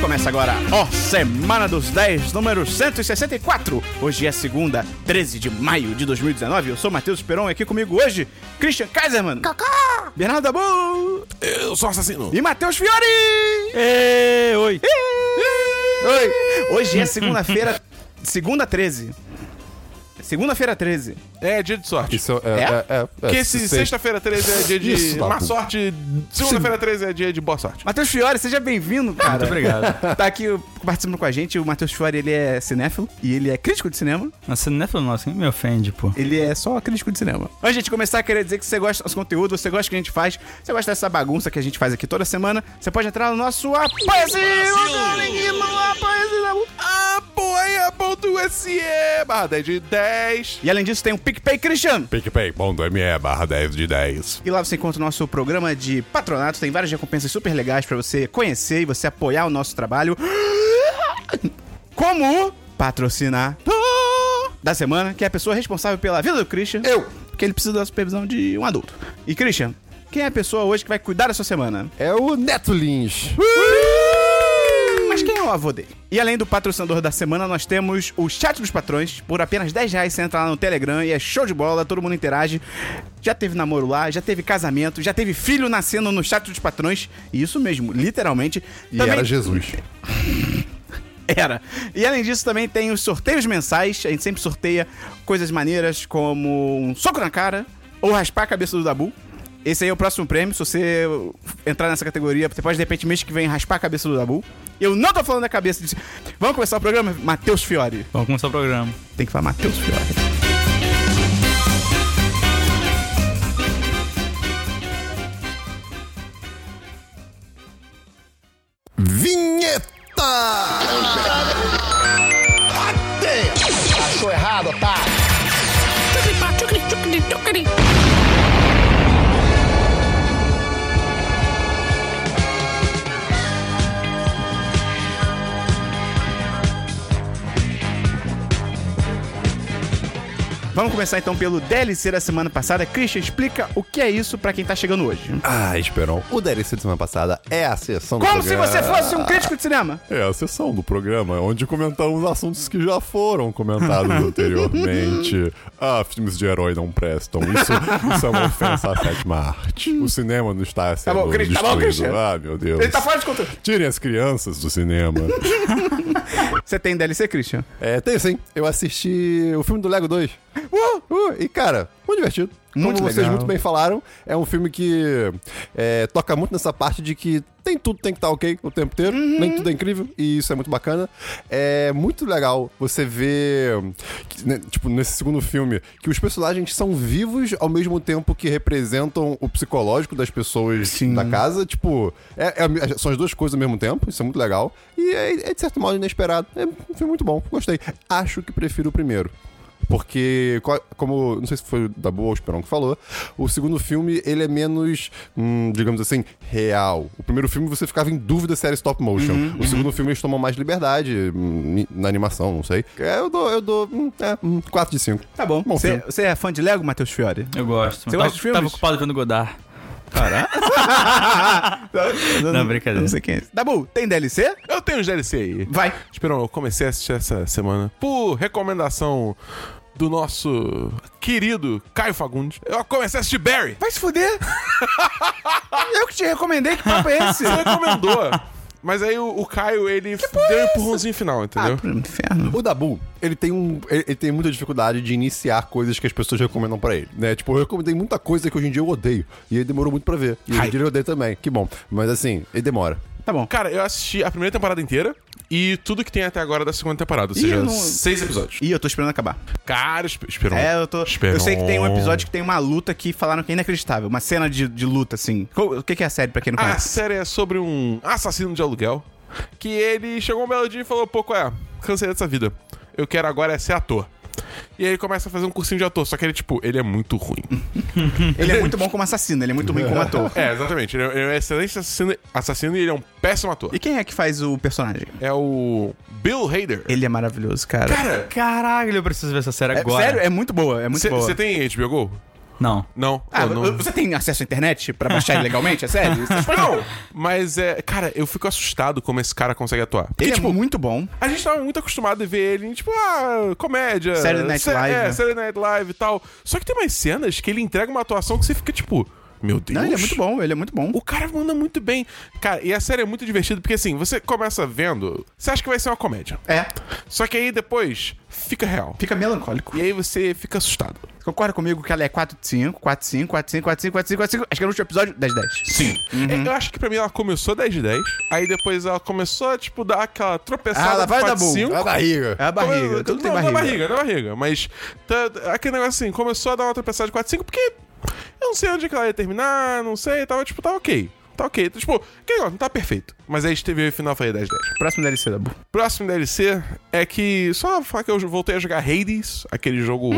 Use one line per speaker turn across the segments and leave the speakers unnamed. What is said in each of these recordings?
Começa agora, ó, Semana dos 10, número 164. Hoje é segunda, 13 de maio de 2019. Eu sou Matheus Peron e aqui comigo hoje, Christian Kaiserman. Cacá! Bernardo Dabu.
Eu sou um assassino.
E Matheus Fiori.
oi.
Oi. Hoje é segunda-feira, segunda 13. Segunda-feira 13.
É dia de sorte.
Isso é.
É?
é, é,
Porque
é,
esse
sei-
sexta-feira 13 é dia de
Isso,
má
Dabu.
sorte, segunda-feira 13 é dia de boa sorte.
Matheus Fiore, seja bem-vindo, cara.
Muito obrigado.
Tá aqui participando com a gente. O Matheus Fiore, ele é cinéfilo e ele é crítico de cinema.
Nossa, não é falando assim, me ofende, pô.
Ele é só crítico de cinema. Antes de a gente começar, queria dizer que se você gosta do nosso conteúdo, você gosta do que a gente faz, você gosta dessa bagunça que a gente faz aqui toda semana, você pode entrar no nosso apoia-se!
Ah, é Apoia.se barra 10 de 10.
E além disso, tem o PicPay Cristiano.
PicPay.me barra 10 de 10.
E lá você encontra o nosso programa de patronato, tem várias recompensas super legais pra você conhecer e você apoiar o nosso trabalho. Como patrocinar da semana, que é a pessoa responsável pela vida do Christian. Eu! Porque ele precisa da supervisão de um adulto. E Christian, quem é a pessoa hoje que vai cuidar da sua semana?
É o Neto Lins.
Mas quem é o avô dele? E além do patrocinador da semana, nós temos o chat dos patrões. Por apenas 10 reais você entra lá no Telegram e é show de bola, todo mundo interage. Já teve namoro lá, já teve casamento, já teve filho nascendo no chat dos patrões. E isso mesmo, literalmente.
E era Jesus.
Era. E além disso, também tem os sorteios mensais. A gente sempre sorteia coisas maneiras como um soco na cara ou raspar a cabeça do Dabu. Esse aí é o próximo prêmio. Se você entrar nessa categoria, você pode, de repente, mês que vem, raspar a cabeça do Dabu. Eu não tô falando da cabeça disso. Vamos começar o programa? Matheus Fiore.
Vamos começar o programa.
Tem que falar Matheus Fiore.
Vinheta!
Vamos começar, então, pelo DLC da semana passada. Christian, explica o que é isso pra quem tá chegando hoje.
Ah, Esperon, o DLC de semana passada é a sessão do
Como se
programa-
você fosse um crítico de cinema.
É a sessão do programa onde comentamos assuntos que já foram comentados anteriormente. Ah, filmes de herói não prestam. Isso, isso é uma ofensa à sétima arte. O cinema não está sendo
bom, Cris, tá bom,
destruído.
Cristiano.
ah, meu Deus.
Ele tá fora de controle.
Tirem as crianças do cinema.
Você tem DLC, Christian?
é, tem sim. Eu assisti o filme do Lego 2. Uh, uh, e, cara, muito divertido.
Muito
Como vocês
legal.
muito bem falaram, é um filme que é, toca muito nessa parte de que tem tudo tem que estar ok o tempo inteiro,
Uhum.
nem tudo é incrível, e isso é muito bacana. É muito legal você ver, que, né, tipo, nesse segundo filme, que os personagens são vivos ao mesmo tempo que representam o psicológico das pessoas
Sim.
da casa. Tipo, é- é- são as duas coisas ao mesmo tempo, isso é muito legal. E é, é, de certo modo inesperado. É um filme muito bom, gostei. Acho que prefiro o primeiro. Porque, co- como, não sei se foi o Dabu ou o Esperão que falou, o segundo filme, ele é menos, hum, digamos assim, real. O primeiro filme você ficava em dúvida se era stop motion. o segundo filme eles tomam mais liberdade hum, na animação, não sei. É, Eu dou, eu dou, hum, é, 4 de 5.
Tá bom.
Bom
Você
filme.
você é fã de Lego, Matheus Fiore?
Eu gosto.
Você
tava,
gosta de filmes?
Tava ocupado vendo Godard.
Tá? não,
brincadeira.
Não sei quem é esse. Dabu, tem DLC?
Eu tenho os DLC aí.
Vai.
Esperão, eu comecei a assistir essa semana por recomendação do nosso querido Caio Fagundes. Eu comecei a assistir Barry.
Vai se fuder. Ah, Eu que te recomendei, que papo é esse?
Você recomendou. Mas aí o, o Caio, ele deu um empurrãozinho final, entendeu?
pro inferno.
O Dabu, ele tem um. Ele, ele tem muita dificuldade de iniciar coisas que as pessoas recomendam pra ele, né? Tipo, eu recomendei muita coisa que hoje em dia eu odeio. E ele demorou muito pra ver. E hoje em dia ele odeia também. Que bom. Mas assim, ele demora.
Tá bom.
Cara, eu assisti a primeira temporada inteira e tudo que tem até agora da segunda temporada, ou
Ih,
seja,
eu não-
seis episódios.
Ih, eu tô esperando acabar.
Cara, esp- esperou.
É, eu tô.
Esperou.
Eu sei que tem um episódio que tem uma luta que falaram que é inacreditável. Uma cena de, de luta, assim. Co- O que que é a série, pra quem não
A
conhece?
série é sobre um assassino de aluguel que ele chegou um belo dia e falou: Pô, qual é? Cansei dessa vida. Eu quero agora é ser ator. E aí ele começa a fazer um cursinho de ator, só que ele, tipo, ele é muito ruim.
Ele é muito bom como assassino, ele é muito ruim como ator.
é, exatamente. Ele é, ele é um excelente assassino, assassino e ele é um péssimo ator.
E quem é que faz o personagem?
É o Bill Hader.
Ele é maravilhoso, cara.
Cara,
Caralho, eu preciso ver essa série
É-
agora.
sério, é muito boa, é muito boa.
você tem HBO Go?
Não.
Não,
Ah,
eu não.
você tem acesso à internet pra baixar ilegalmente? É sério? Você pode-
Não, mas é. Cara, eu fico assustado como esse cara consegue atuar. Porque,
Ele
tipo,
é muito bom.
a gente tava muito acostumado a ver ele em, tipo, ah, comédia.
Saturday Night
sé-
Live,
É,
né?
Saturday Night Live e tal. Só que tem umas cenas que ele entrega uma atuação que você fica, tipo, meu Deus.
Não, ele é muito bom, ele é muito bom.
O cara manda muito bem. Cara, e a série é muito divertida, porque assim, você começa vendo, você acha que vai ser uma comédia.
É,
Só que aí depois fica real.
fica melancólico.
E aí você fica assustado.
Concorda comigo que ela é 4 de 5, 4 de 5, 4 de 5, 4 de 5, 4 de 5, 4 de 5. Acho que é no último episódio, 10 de 10.
Sim. É,
Uhum.
Eu acho que pra mim ela começou 10 de 10. Aí depois ela começou a, tipo, dar aquela
Ah,
tropeçada
lá vai
de
dar bom.
É a barriga.
Ah, Então,
É a barriga, tudo tem
não, não
barriga.
é barriga, não é barriga. Mas tá- aquele negócio assim, começou a dar uma tropeçada de 4, 5, porque eu não sei onde é que ela ia terminar, não sei, tava tipo, tá ok. Tá ok. Tipo, aquele negócio não tá perfeito. Mas aí teve o final, falei 10 10.
Próximo DLC da Bu.
Próximo DLC é que. Só falar que eu voltei a jogar Hades, aquele jogo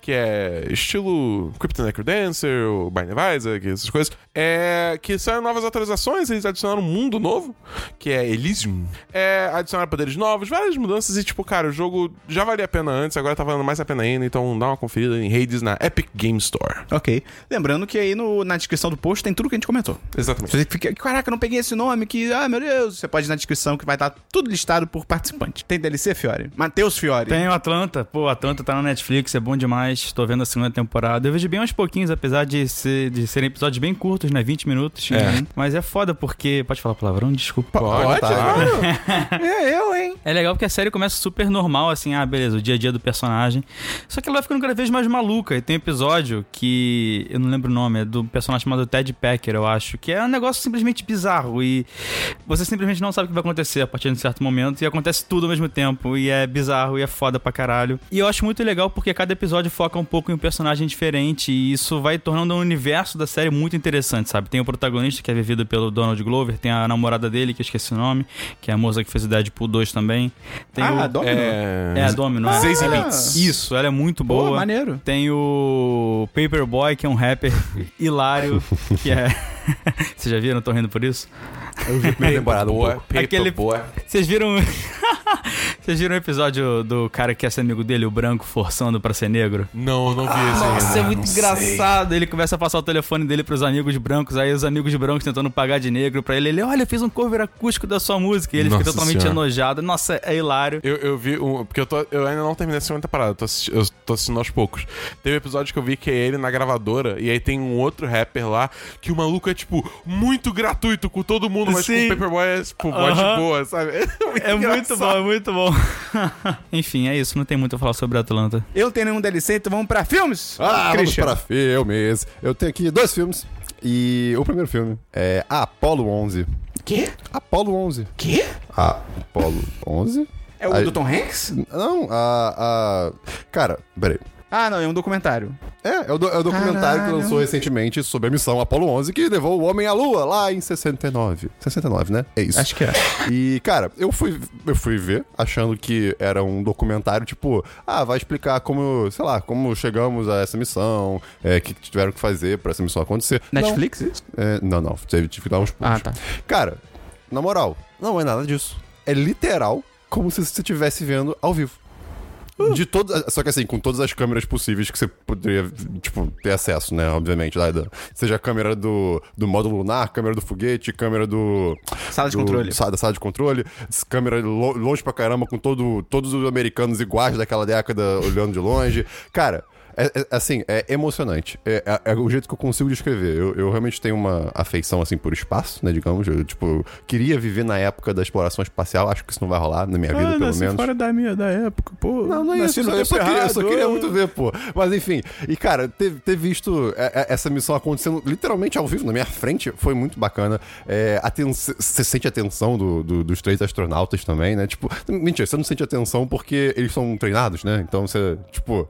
que é estilo Crypto Necrodancer, ou Binding of Isaac, essas coisas. É, que são novas atualizações, eles adicionaram um mundo novo, que é Elysium. É, adicionaram poderes novos, várias mudanças e, tipo, cara, o jogo já valia a pena antes, agora tá valendo mais a pena ainda, então dá uma conferida em Hades na Epic Game Store.
Ok. Lembrando que aí no- na descrição do post tem tudo que a gente comentou.
Exatamente.
Se você fica, caraca, eu não peguei esse nome que, ah, meu Deus, você pode ir na descrição que vai estar tudo listado por participante. Tem DLC, Fiore? Matheus Fiore.
Tem o Atlanta. Pô, Atlanta tá na Netflix, é bom demais. Tô vendo a segunda temporada. Eu vejo bem aos pouquinhos, apesar de, ser- de serem episódios bem curtos, né? 20 minutos.
É.
Mas é foda porque. Pode falar palavrão? Desculpa.
Pode,
ah,
É eu, hein?
É legal porque a série começa super normal, assim, ah, beleza, o dia a dia do personagem. Só que ela vai ficando cada vez mais maluca. E tem um episódio que. Eu não lembro o nome, é do personagem chamado Ted Packer, eu acho. Que é um negócio simplesmente bizarro. E você simplesmente não sabe o que vai acontecer a partir de um certo momento. E acontece tudo ao mesmo tempo. E é bizarro e é foda pra caralho. E eu acho muito legal porque cada episódio foca um pouco em um personagem diferente. E isso vai tornando o universo da série muito interessante, sabe? Tem o protagonista que é vivido pelo Donald Glover, tem a namorada dele, que eu esqueci o nome, que é a moça que fez o Deadpool 2 também. Tem
ah,
o...
adoro.
é.
É, a Domino. é.
Zazie
Ela-
Beetz.
Isso, ela é muito boa.
Pô, maneiro.
Tem o Paperboy, que é um rapper hilário, que é... Vocês já viram? Tô rindo por isso?
Eu vi a primeira temporada um
Boa,
pouco.
paper,
Aquele-
boa.
Vocês viram. um- Vocês viram o episódio do cara que é ser amigo dele, o branco, forçando pra ser negro?
Não, não vi esse
Nossa, é
ainda.
muito engraçado. Ele começa a passar o telefone dele pros amigos brancos, aí os amigos brancos tentando pagar de negro pra ele. Ele, olha, eu fiz um cover acústico da sua música. E ele
Nossa
fica totalmente
Senhora.
enojado. Nossa, é hilário.
Eu, eu vi um. Porque eu, tô, eu ainda não terminei a segunda temporada, eu tô, assisti- eu tô assistindo aos poucos. Teve um episódio que eu vi que é ele na gravadora, e aí tem um outro rapper lá que o maluco é, tipo, muito gratuito com todo mundo, mas
Sim.
com o Paperboy é, tipo, mó de
Aham.
boa, sabe?
É muito bom, é muito bom. Enfim, é isso. Não tem muito a falar sobre Atlanta.
Eu não tenho nenhum DLC, então vamos pra filmes?
Ah,
Christian.
vamos para filmes. Eu tenho aqui dois filmes. E o primeiro filme é Apollo 11.
Quê?
Apollo 11.
Quê?
Apollo 11?
É o
Ai.
do Tom Hanks?
Não, a... a... Cara, peraí.
Ah, não, é um documentário.
É, é o, do- é o documentário
Caralho.
que lançou recentemente sobre a missão Apollo 11 que levou o homem à lua lá em 69. 69, né? É isso.
Acho que é.
E, cara, eu fui, eu fui ver, achando que era um documentário, tipo, ah, vai explicar como, sei lá, como chegamos a essa missão, é, o que tiveram que fazer pra essa missão acontecer.
Netflix isso?
Não, é, não, não, teve tive que dar uns pulos.
Ah, tá.
Cara, na moral, não é nada disso. É literal como se você estivesse vendo ao vivo.
Hum.
De todas. Só que assim, com todas as câmeras possíveis que você poderia, tipo, ter acesso, né? Obviamente. lá da- seja a câmera do, do módulo lunar, câmera do foguete, câmera do.
Sala de
do-
controle.
sa- da sala de controle, s- câmera lo- longe pra caramba, com todo, todos os americanos iguais daquela década olhando de longe. Cara. é- é- assim, é emocionante. É, é- é o jeito que eu consigo descrever. Eu, eu realmente tenho uma afeição, assim, por espaço, né, digamos. Eu, tipo, eu queria viver na época da exploração espacial. Acho que isso não vai rolar na minha
Ah,
vida,
assim,
pelo menos.
da minha da época, pô.
Não, não é isso. Eu só, queria, eu só queria muito ver, pô. Mas enfim. E, cara, ter, ter visto é, é, essa missão acontecendo literalmente ao vivo na minha frente foi muito bacana. É, a ten- Você sente a tensão do- do- dos três astronautas também, né? Tipo, mentira, você não sente a tensão porque eles são treinados, né? Então você, tipo.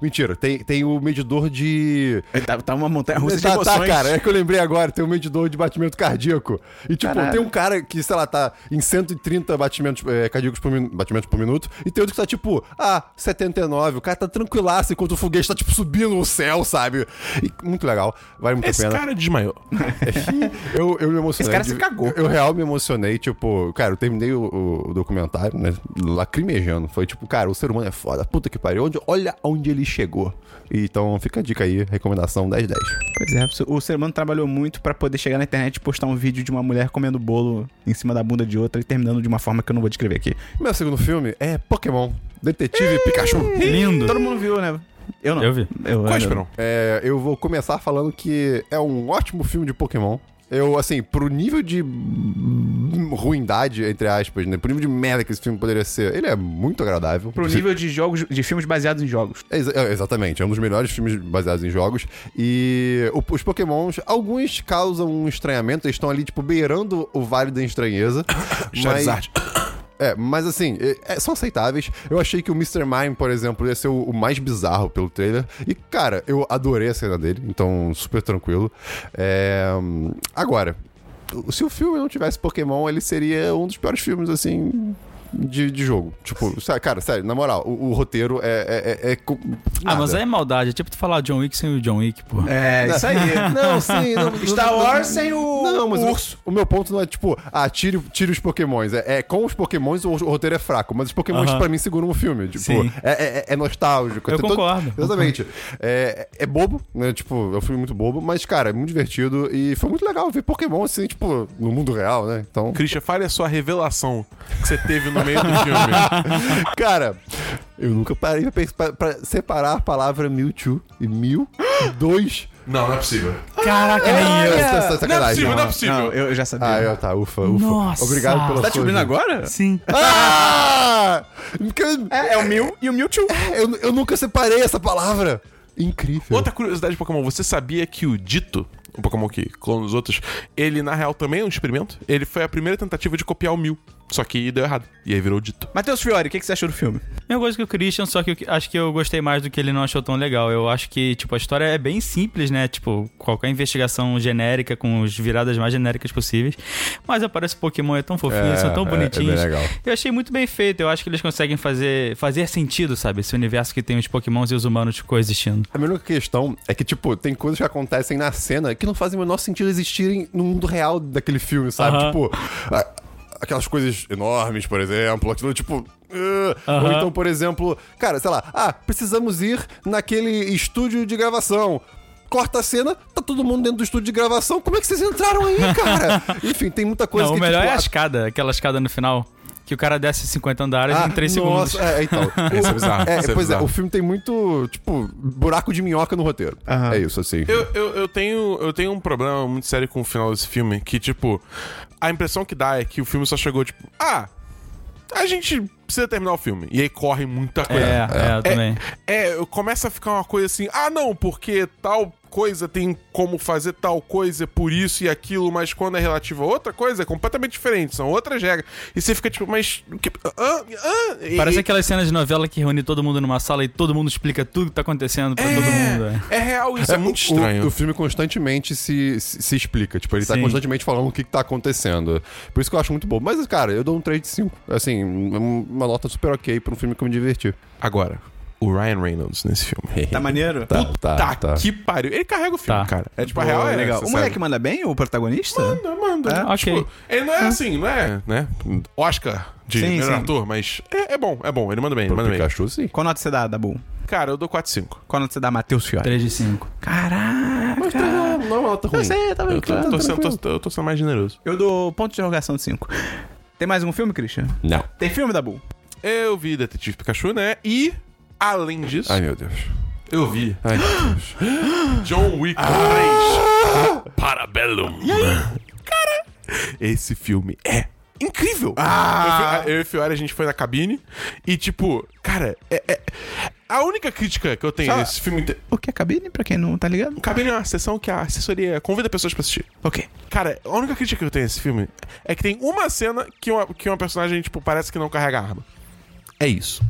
Mentira, tem, tem o medidor de.
Tá, tá uma montanha russa de
Tá,
emoções.
tá, cara, é que eu lembrei agora, tem um medidor de batimento cardíaco. E, tipo,
Caralho.
tem um cara que, sei lá, tá em 130 batimentos é, cardíacos por, minu- batimentos por minuto, e tem outro que tá, tipo, ah, 79. O cara tá tranquilaço enquanto o foguete tá, tipo, subindo no céu, sabe? E muito legal, vale muito
Esse
a pena.
cara desmaiou.
Eu, eu me emocionei.
Esse cara se
de-
cagou.
Eu, eu real me emocionei, tipo, cara, eu terminei o, o- o documentário, né? Lacrimejando. Foi tipo, cara, o ser humano é foda. Puta que pariu. Onde, olha onde ele chegou. terror. E, então fica a dica aí, recomendação 10-10.
Pois é, o ser humano trabalhou muito pra poder chegar na internet e postar um vídeo de uma mulher comendo bolo em cima da bunda de outra e terminando de uma forma que eu não vou descrever aqui.
Meu segundo filme é Pokémon. Detetive Pikachu.
Lindo.
Todo mundo viu, né? Eu não.
Eu vi.
Eu,
Qual,
eu-
Esperão?
É, eu vou começar falando que é um ótimo filme de Pokémon. Eu, assim, pro nível de hum, ruindade, entre aspas, né? Pro nível de merda que esse filme poderia ser, ele é muito agradável.
Pro
Você-
nível de jogos, de filmes baseados em jogos.
Exa- é, exatamente, é um dos melhores filmes baseados em jogos. E o- os Pokémons, alguns causam um estranhamento, eles estão ali, tipo, beirando o vale da estranheza. mas,
Charizard.
é, mas assim, é- é- são aceitáveis. Eu achei que o Mr. Mime, por exemplo, ia ser o, o mais bizarro pelo trailer. E, cara, eu adorei a cena dele, então super tranquilo. É, Agora, se o filme não tivesse Pokémon, ele seria um dos piores filmes, assim. De, de jogo. Tipo, sé- cara, sério, na moral, o, o roteiro é. é, é, é co-
Ah, mas
nada.
aí é maldade. É tipo tu falar John Wick sem o John Wick, pô.
É, isso aí.
Não, sim. Não,
Star
não-
Wars sem o.
Não, mas
o
o, o meu ponto não é tipo, ah, tire, tire os pokémons. É, é com os pokémons o, o roteiro é fraco, mas os pokémons
Aham.
pra mim seguram o filme. Tipo,
Sim.
é, é- é nostálgico.
Eu
Tem todo-
concordo.
Exatamente. É, é bobo, né? Tipo, é um filme muito bobo, mas, cara, é muito divertido e foi muito legal ver pokémon assim, tipo, no mundo real, né? Então,
Christian, fale a sua revelação que você teve no meio do filme.
cara, eu nunca parei pra, pens- pra- pra separar a palavra Mewtwo e Mew, dois...
Não, não é possível.
Caraca, nem eu.
Essa- essa
Não é
sacanagem.
possível, não é
Não,
possível.
eu, eu já sabia.
Ah, eu- tá, ufa, ufa.
Nossa.
Obrigado pela
Tá
Tá descobrindo
sua-
agora?
Sim.
Ah! Que-
É, é o Mew e o Mewtwo.
Eu, eu nunca separei essa palavra. Incrível.
Outra curiosidade de Pokémon, você sabia que o Dito, o Pokémon que clona os outros, ele na real também é um experimento? Ele foi a primeira tentativa de copiar o Mil, só que deu errado. E aí virou o Dito.
Matheus Fiore, o que, que você achou do filme?
Mesma coisa que o Christian, só que eu que- acho que eu gostei mais do que ele não achou tão legal. Eu acho que, tipo, a história é bem simples, né? Tipo, qualquer investigação genérica, com as viradas mais genéricas possíveis. Mas aparece Pokémon, é tão fofinho,
É,
são tão
é,
bonitinhos.
é bem legal.
Eu achei muito bem feito. Eu acho que eles conseguem fazer, fazer sentido, sabe? Esse universo que tem os Pokémons e os humanos coexistindo.
A minha única questão é que, tipo, tem coisas que acontecem na cena que não fazem o menor sentido existirem no mundo real daquele filme, sabe?
Aham.
Tipo, a- aquelas coisas enormes, por exemplo, aquilo, tipo. uh, Ou
Aham.
então, por exemplo, cara, sei lá, ah, precisamos ir naquele estúdio de gravação. Corta a cena, tá todo mundo dentro do estúdio de gravação. Como é que vocês entraram aí, cara? Enfim, tem muita coisa
não, o
que
melhor
tipo,
é a
a-
escada, aquela escada no final, que o cara desce 50 andares em 3
ah, nossa,
segundos.
É, então.
Isso é bizarro,
É,
isso é
pois é,
bizarro.
o filme tem muito, tipo, buraco de minhoca no roteiro.
Aham.
É isso, assim.
Eu, eu, eu, tenho, eu tenho um problema muito sério com o final desse filme, que, tipo, a impressão que dá é que o filme só chegou, tipo, ah, a gente precisa terminar o filme. E aí corre muita
É,
coisa.
é, eu também.
É, eu- começa a ficar uma coisa assim, ah não, porque tal coisa tem como fazer tal coisa é por isso e aquilo, mas quando é relativo a outra coisa é completamente diferente, são outras regras. E você fica tipo, mas. o Que, ah, ah, e-
Parece
e-
aquelas cenas de novela que reúne todo mundo numa sala e todo mundo explica tudo que tá acontecendo pra todo mundo. é.
É real, isso é, muito
o-
estranho.
O, filme constantemente se, se, se explica. Tipo, ele tá
Sim.
constantemente falando o que, que tá acontecendo. Por isso que eu acho muito bom. Mas, cara, eu dou um 3 de 5. Assim, um- uma nota super ok pra um filme que eu me diverti.
Agora, o Ryan Reynolds nesse filme.
Tá maneiro?
Tá, tá,
Tá,
tá.
que pariu. Ele carrega o filme,
Ah, Tá.
cara. É tipo, a
Pô,
real é
legal.
essa,
o
sabe?
moleque manda bem, o protagonista?
Manda, manda.
Ah,
Tipo,
ok.
Ele não é assim, não é, né? Oscar de
Sim,
melhor
sim.
ator, mas é, é bom, é bom. Ele manda bem, ele
Pro
manda bem.
Pikachu, sim.
Qual nota você dá, Dabu?
Cara, eu dou 4-5.
Qual nota você dá, Matheus Fiore?
3 de 5.
Caraca!
Mas tá, não não é uma nota ruim.
Eu sei, eu tava
Eu tô,
claro,
tô sendo,
tranquilo.
tô- eu tô sendo mais generoso.
Eu dou ponto de interrogação de 5. Tem mais algum filme, Christian?
Não.
Tem filme, Dabu?
Eu vi Detetive Pikachu, né? E, além disso,
Ai, meu Deus.
eu vi
Ai, meu Deus. Ah!
John Wick 3. Parabellum. Cara, esse filme é incrível. Eu,
Ah!
e Fi- eu e o Fiore, a gente foi na cabine e, tipo, cara, é... é- a única crítica que eu tenho
Só-
nesse
Ah,
filme... inte-
O que é cabine, pra quem não tá ligado?
Cabine é uma sessão que a assessoria convida pessoas pra assistir.
Ok.
Cara, a única crítica que eu tenho a esse filme é que tem uma cena que uma, que uma personagem, tipo, parece que não carrega arma. É isso.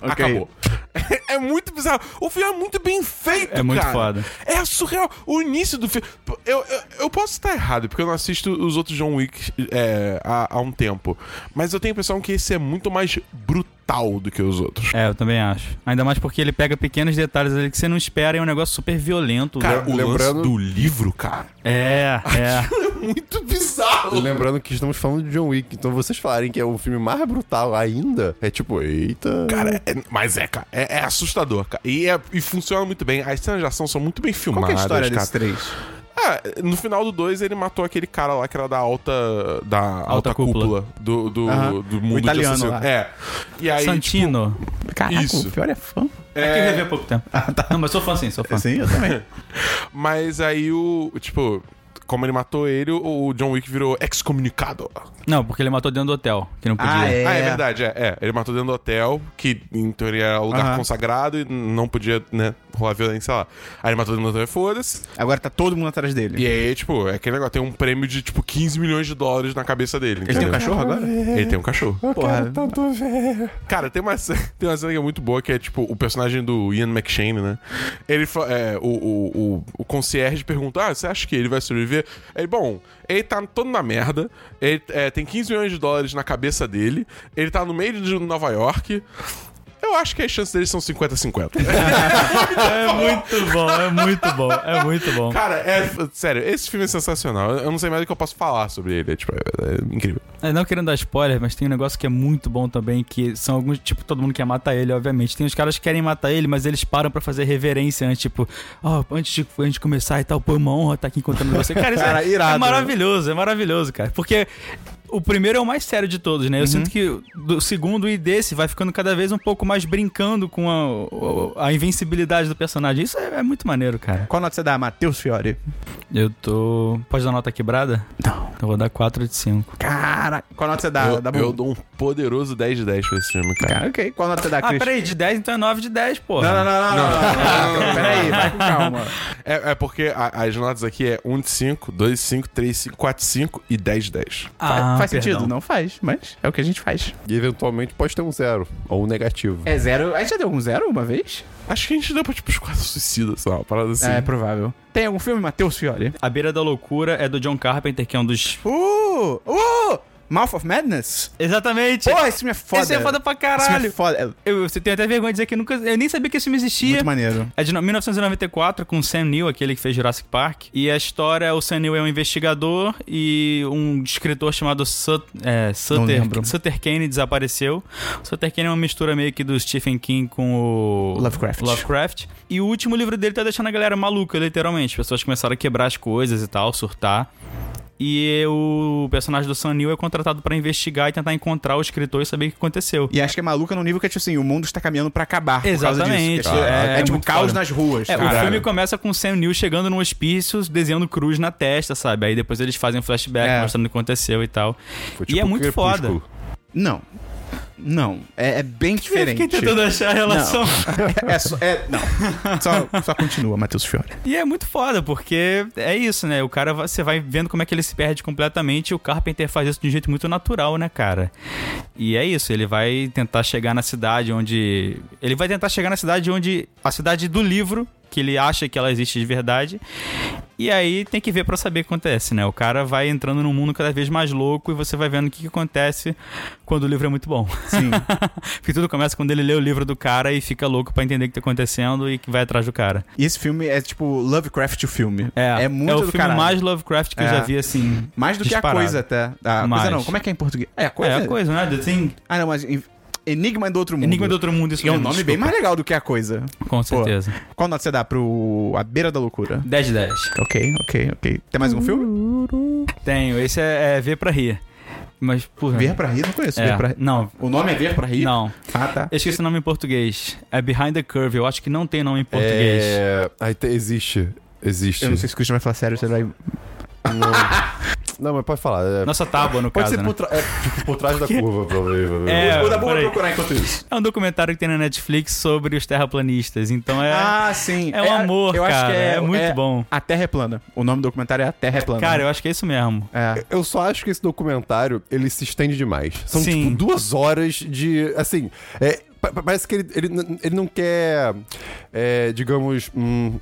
Acabou. É muito bizarro. O filme é muito bem feito,
É muito
cara.
foda.
É surreal. O início do filme. Pô, Eu, eu, eu posso estar errado, porque eu não assisto os outros John Wick é, há, há um tempo. Mas eu tenho a impressão que esse é muito mais brutal do que os outros.
É, eu também acho. Ainda mais porque ele pega pequenos detalhes ali que você não espera e é um negócio super violento.
Cara, o
Lembrando-
lance do livro, cara,
é, é.
é muito bizarro.
Lembrando que estamos falando de John Wick, então vocês falarem que é o filme mais brutal ainda, é tipo, eita.
Cara, é- mas é, cara, é, é assustador, cara. E, é- e funciona muito bem. As cenas de ação são muito bem
Qual que
filmadas,
é a história
cara.
desses três?
Ah, no final do 2 ele matou aquele cara lá que era da alta. Da alta, cúpula. do, do,
Aham.
do mundo
O italiano
de assassino.
lá.
É. E aí.
tipo,
Santino.
Caraca,
Isso.
o pior é fã.
É que eu revi há pouco tempo. Não, mas sou fã sim, sou fã.
Sim, eu também.
tipo, mas aí o. Tipo, como ele matou ele, o o John Wick virou excomunicado.
Não, porque ele matou dentro do hotel, que não podia.
Ah, é.
Ah, é verdade, é, é. Ele matou dentro do hotel, que em teoria era lugar
Aham.
consagrado e não podia, né, rolar violência lá. Aí ele matou dentro do hotel e foda-se.
Agora tá todo mundo atrás dele.
E aí, tipo, é aquele negócio, tem um prêmio de, tipo, 15 milhões de dólares na cabeça dele.
Ele tem um
entendeu?
cachorro agora?
Ele tem um cachorro.
Eu
Porra.
quero tanto ver.
Cara, tem uma, cena, tem uma cena que é muito boa, que é tipo o personagem do Ian McShane, né? Ele fa- é, o, o, o, o concierge pergunta: Ah, você acha que ele vai sobreviver? Ele, bom, ele tá todo na merda, ele é, tem 15 milhões de dólares na cabeça dele, ele tá no meio de Nova York. Eu acho que as chances dele são 50-50.
É muito bom, é muito bom, é muito bom.
Cara, é. Sério, esse filme é sensacional. Eu não sei mais o que eu posso falar sobre ele. É, tipo, é, é incrível.
É, Não querendo dar spoiler, mas tem um negócio que é muito bom também, que são alguns, tipo, todo mundo quer matar ele, obviamente. Tem os caras que querem matar ele, mas eles param pra fazer reverência antes, tipo, ó, antes, de, antes de começar e tal, pô, é uma honra estar aqui encontrando você. Cara, isso
Cara,
é,
irado,
é maravilhoso, é maravilhoso, cara. Porque o primeiro é o mais sério de todos,
Uhum.
né? Eu sinto que do segundo e desse vai ficando cada vez um pouco mais brincando com a- o- a, invencibilidade do personagem. Isso é, é muito maneiro, cara.
Qual nota você dá, Matheus Fiore?
Eu tô. Pode dar nota quebrada? Então
Não.
Eu vou dar 4 de 5.
Cara, qual nota você dá?
eu,
dá bom?
eu dou um poderoso 10 de 10 pra esse filme, cara.
Cara, ok. Qual nota você dá,
Ah,
Cris?
peraí, de 10 então é 9 de 10, porra.
Tá Não, não, não, não, não, não, não, não. Peraí, vai com calma.
É, é porque a- as notas aqui é 1 de 5, 2 de 5, 3 de 5, 4 de 5 e 10 de 10.
Fa-
Ah,
faz
perdão.
sentido? Não faz, mas é o que a gente faz.
E eventualmente pode ter um zero, ou um negativo.
É zero. A gente já deu um zero uma vez?
Acho que a gente deu pra tipo os quatro suicidas, sei lá, uma parada assim.
É, provável. Tem algum filme, Matheus Fiore?
A Beira da Loucura é do John Carpenter, que é um dos.
Uh! Uh! Mouth of Madness?
Exatamente!
Pô, esse filme é foda.
Esse é foda pra
Esse filme é
caralho!
foda. É
Eu, você tem até vergonha de dizer que nunca. Eu nem sabia que esse filme existia.
muito maneiro.
É de no- 1994, com Sam Neill, aquele que fez Jurassic Park. E a história, o Sam Neill é um investigador e um escritor chamado Sut, é, Sutter,
lembro.
Sutter Kane desapareceu. Sutter Kane é uma mistura meio que do Stephen King com o...
Lovecraft.
Lovecraft. E o último livro dele tá deixando a galera maluca, literalmente. As pessoas começaram a quebrar as coisas e tal, surtar. E o personagem do Sam Neill é contratado pra investigar e tentar encontrar o escritor e saber o que aconteceu.
E acho que é maluca no nível que é tipo assim, o mundo está caminhando pra acabar por causa
Exatamente.
disso. Que É,
É,
é, tipo
muito
caos
foda.
nas ruas.
É,
cara.
o filme começa com o Sam Neill chegando num hospício, desenhando cruz na testa, sabe? Aí depois eles fazem um flashback
É.
mostrando o que aconteceu e tal.
Foi tipo
e é muito
Crepúsculo.
Não. Não. É, é bem
Eu
diferente.
fiquei tentando achar a relação.
É, só, é- não. Só, só continua, Matheus Fiore.
E é muito foda, porque é isso, né? O cara, vai- você vai vendo como é que ele se perde completamente. E o Carpenter faz isso de um jeito muito natural, né, cara? E é isso, ele vai tentar chegar na cidade onde. Ele vai tentar chegar na cidade onde. A cidade do livro, que ele acha que ela existe de verdade. E aí tem que ver pra saber o que acontece, né? O cara vai entrando num mundo cada vez mais louco e você vai vendo o que, que acontece quando o livro é muito bom.
Sim.
Porque tudo começa quando ele lê o livro do cara e fica louco pra entender o que tá acontecendo e que vai atrás do cara.
E esse filme é tipo Lovecraft o filme.
É,
É muito
o
do
filme
caralho.
mais Lovecraft que eu já
É.
vi, assim.
Mais do
disparado.
que a coisa até. A coisa
Mais.
não, como é que é em português? É a coisa.
É a coisa, né? The Thing.
Ah, não, mas em- Enigma é do Outro Mundo.
Enigma do Outro Mundo, isso
É um
mesmo,
nome
desculpa.
bem mais legal do que a coisa.
Com certeza.
Qual nota você dá pro A Beira da Loucura?
10 de 10.
Ok, ok, ok. Tem mais algum filme?
Tenho, esse é, é Ver Pra Rir. Mas, porra...
Ver pra Rir, não conheço.
é.
Ver pra...
Não,
Uh. O nome é Ver pra Rir?
não.
Ah, tá.
Eu esqueci o nome em português. É Behind the Curve, eu acho que não tem nome em português.
É... Aí te- existe. Existe.
Eu não sei se o Christian vai falar sério, você vai.
Não, Não, mas pode falar. é-
Nossa tábua, no
Pode
caso,
ser
né?
por, tra- é, tipo, por trás da curva, provavelmente.
É,
Dabu
peraí.
enquanto isso.
É um documentário que tem na Netflix sobre os terraplanistas, então é...
Ah, sim.
é um amor,
eu acho
cara.
que
é, muito bom.
A Terra é plana. O nome do documentário é A Terra é plana.
Cara, eu acho que é isso mesmo.
É.
Eu só acho que esse documentário, ele se estende demais. São,
Sim.
tipo, duas horas de... Assim, é, pa- pa- parece que ele, ele, n- ele não quer, é, digamos, hum,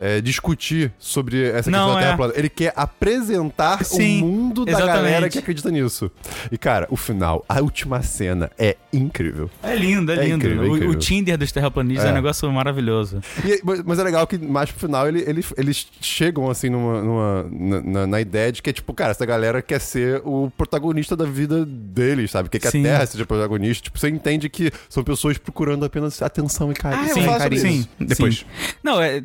é, discutir sobre essa questão
Não,
da Terra
é.
plana. Ele quer apresentar
Sim,
o mundo da
exatamente.
galera que acredita nisso. E, cara, o final, a última cena é incrível.
É lindo, é,
É
lindo.
incrível, é
O- o,
incrível.
Tinder dos terraplanistas é. um negócio maravilhoso.
E- mas- mas é legal que mais pro final ele- ele- eles chegam assim numa, numa- na, na- na ideia de que é tipo, cara, essa galera quer ser o protagonista da vida deles, sabe? Quer que
Sim.
a Terra seja protagonista. Tipo, você entende que são pessoas procurando apenas atenção e carinho.
Ah, eu
sim,
vou falar
cara,
sobre
sim,
isso depois.
sim. Não, é.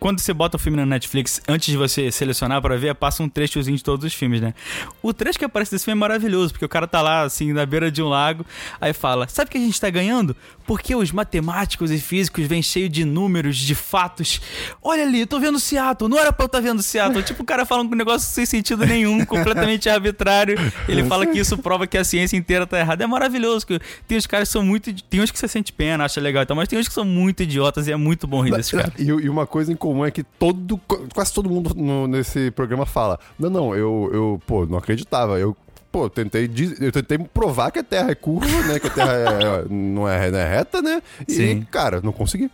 Quando você bota o filme na Netflix, antes de você selecionar pra ver, passa um trechozinho de todos os filmes, né? O trecho que aparece desse filme é maravilhoso, porque o cara tá lá, assim, na beira de um lago, aí fala: Sabe o que a gente tá ganhando? Porque os matemáticos e físicos vêm cheio de números, de fatos. Olha ali, eu tô vendo Seattle, não era pra eu estar vendo Seattle. tipo, o cara falando um negócio sem sentido nenhum, completamente arbitrário. Ele fala que isso prova que a ciência inteira tá errada. É maravilhoso. que Tem os caras que são muito. Tem uns que você sente pena, acha legal e tal, mas tem uns que são muito idiotas e é muito bom rir desses caras.
E, e uma coisa em comum é que todo, quase todo mundo no- nesse programa fala: Não, não, eu, eu pô, não acreditava. Eu, pô, tentei, diz- eu tentei provar que a Terra é curva, né? Que a Terra é- não, é, não é reta, né? E,
Sim.
cara, não consegui.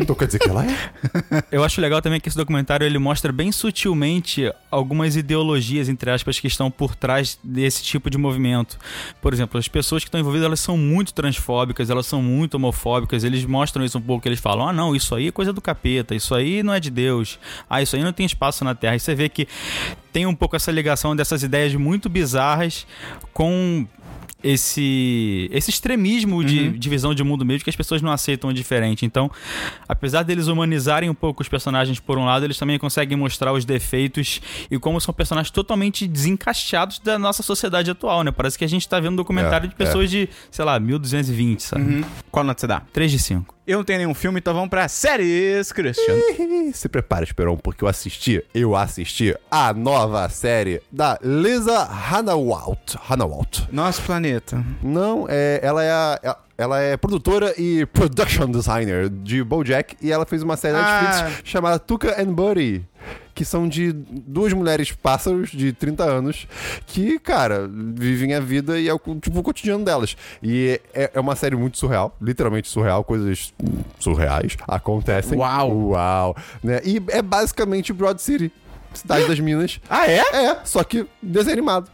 Então quer dizer que ela é.
Eu acho legal também que esse documentário ele mostra bem sutilmente algumas ideologias, entre aspas, que estão por trás desse tipo de movimento. Por exemplo, as pessoas que estão envolvidas, elas são muito transfóbicas, elas são muito homofóbicas, eles mostram isso um pouco, eles falam, ah não, isso aí é coisa do capeta, isso aí não é de Deus, ah, isso aí não tem espaço na Terra. E você vê que tem um pouco essa ligação dessas ideias muito bizarras com esse esse extremismo
Uhum.
de, de visão de mundo mesmo que as pessoas não aceitam o diferente. Então, apesar deles humanizarem um pouco os personagens por um lado, eles também conseguem mostrar os defeitos e como são personagens totalmente desencaixados da nossa sociedade atual, né? Parece que a gente tá vendo um documentário
É, Uhum.
de pessoas de, sei lá, 1220, sabe?
Qual nota você dá?
3 de 5.
Eu não tenho nenhum filme, então vamos pra séries, Christian.
Se prepara, Esperon, porque eu assisti, eu assisti a nova série da Lisa Hanawalt. Hanawalt.
Nosso planeta.
Não, é, ela é a- Ela é produtora e production designer de BoJack e ela fez uma série da
Ah.
Netflix chamada Tuca and Buddy, que são de duas mulheres pássaros de 30 anos que, cara, vivem a vida e é o, co- tipo, o cotidiano delas. E é, é uma série muito surreal, literalmente surreal, coisas surreais acontecem.
Uau.
Uau! Né? E é basicamente Broad City, Cidade das Minas.
Ah, é?
É, só que desanimado.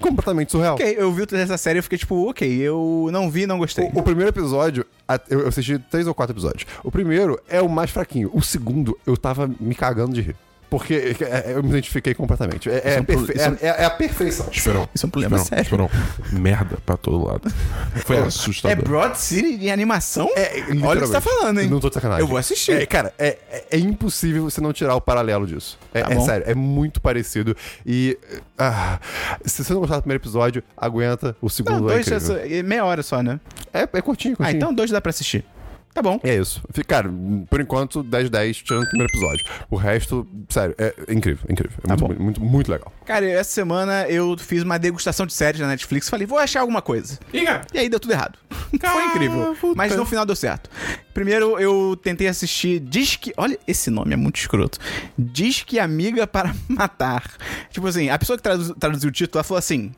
Completamente surreal.
Ok, eu vi o trailer dessa série e eu fiquei tipo, ok, eu não vi não gostei.
O, o primeiro episódio, a- eu eu assisti três ou quatro episódios. O primeiro é o mais fraquinho. O segundo, eu tava me cagando de rir. Porque é, é, eu me identifiquei completamente. É, é,
é um
perfe-
pro- isso é um-
é- é a perfeição.
Esperão.
Isso é um problema
Esperão,
sério.
Esperão. Merda pra todo lado. Foi
É
assustador.
Broad City em animação?
É, literalmente.
Olha o que você tá falando, hein?
Não tô de sacanagem.
Eu vou assistir.
É, cara, é, é- é impossível você não tirar o paralelo disso. É,
Tá
é
bom.
sério, é muito parecido. E. ah, se você não gostar do primeiro episódio, aguenta. O segundo
Não,
é
dois, é
incrível.
só- é meia hora só, né?
É, é curtinho, curtinho.
Ah, então dois dá pra assistir. Tá bom.
É isso. Fica- Cara, por enquanto, 10-10, tirando o primeiro episódio. O resto, sério, é incrível, incrível. É
Tá
muito,
bom.
muito, muito, muito legal.
Cara, essa semana eu fiz uma degustação de séries na Netflix. Falei, vou achar alguma coisa. E aí deu tudo errado. Foi incrível.
puta.
Mas no final deu certo. Primeiro eu tentei assistir Disque. Olha, esse nome é muito escroto. Disque Amiga para Matar. Tipo assim, a pessoa que traduz- traduziu o título, ela falou assim: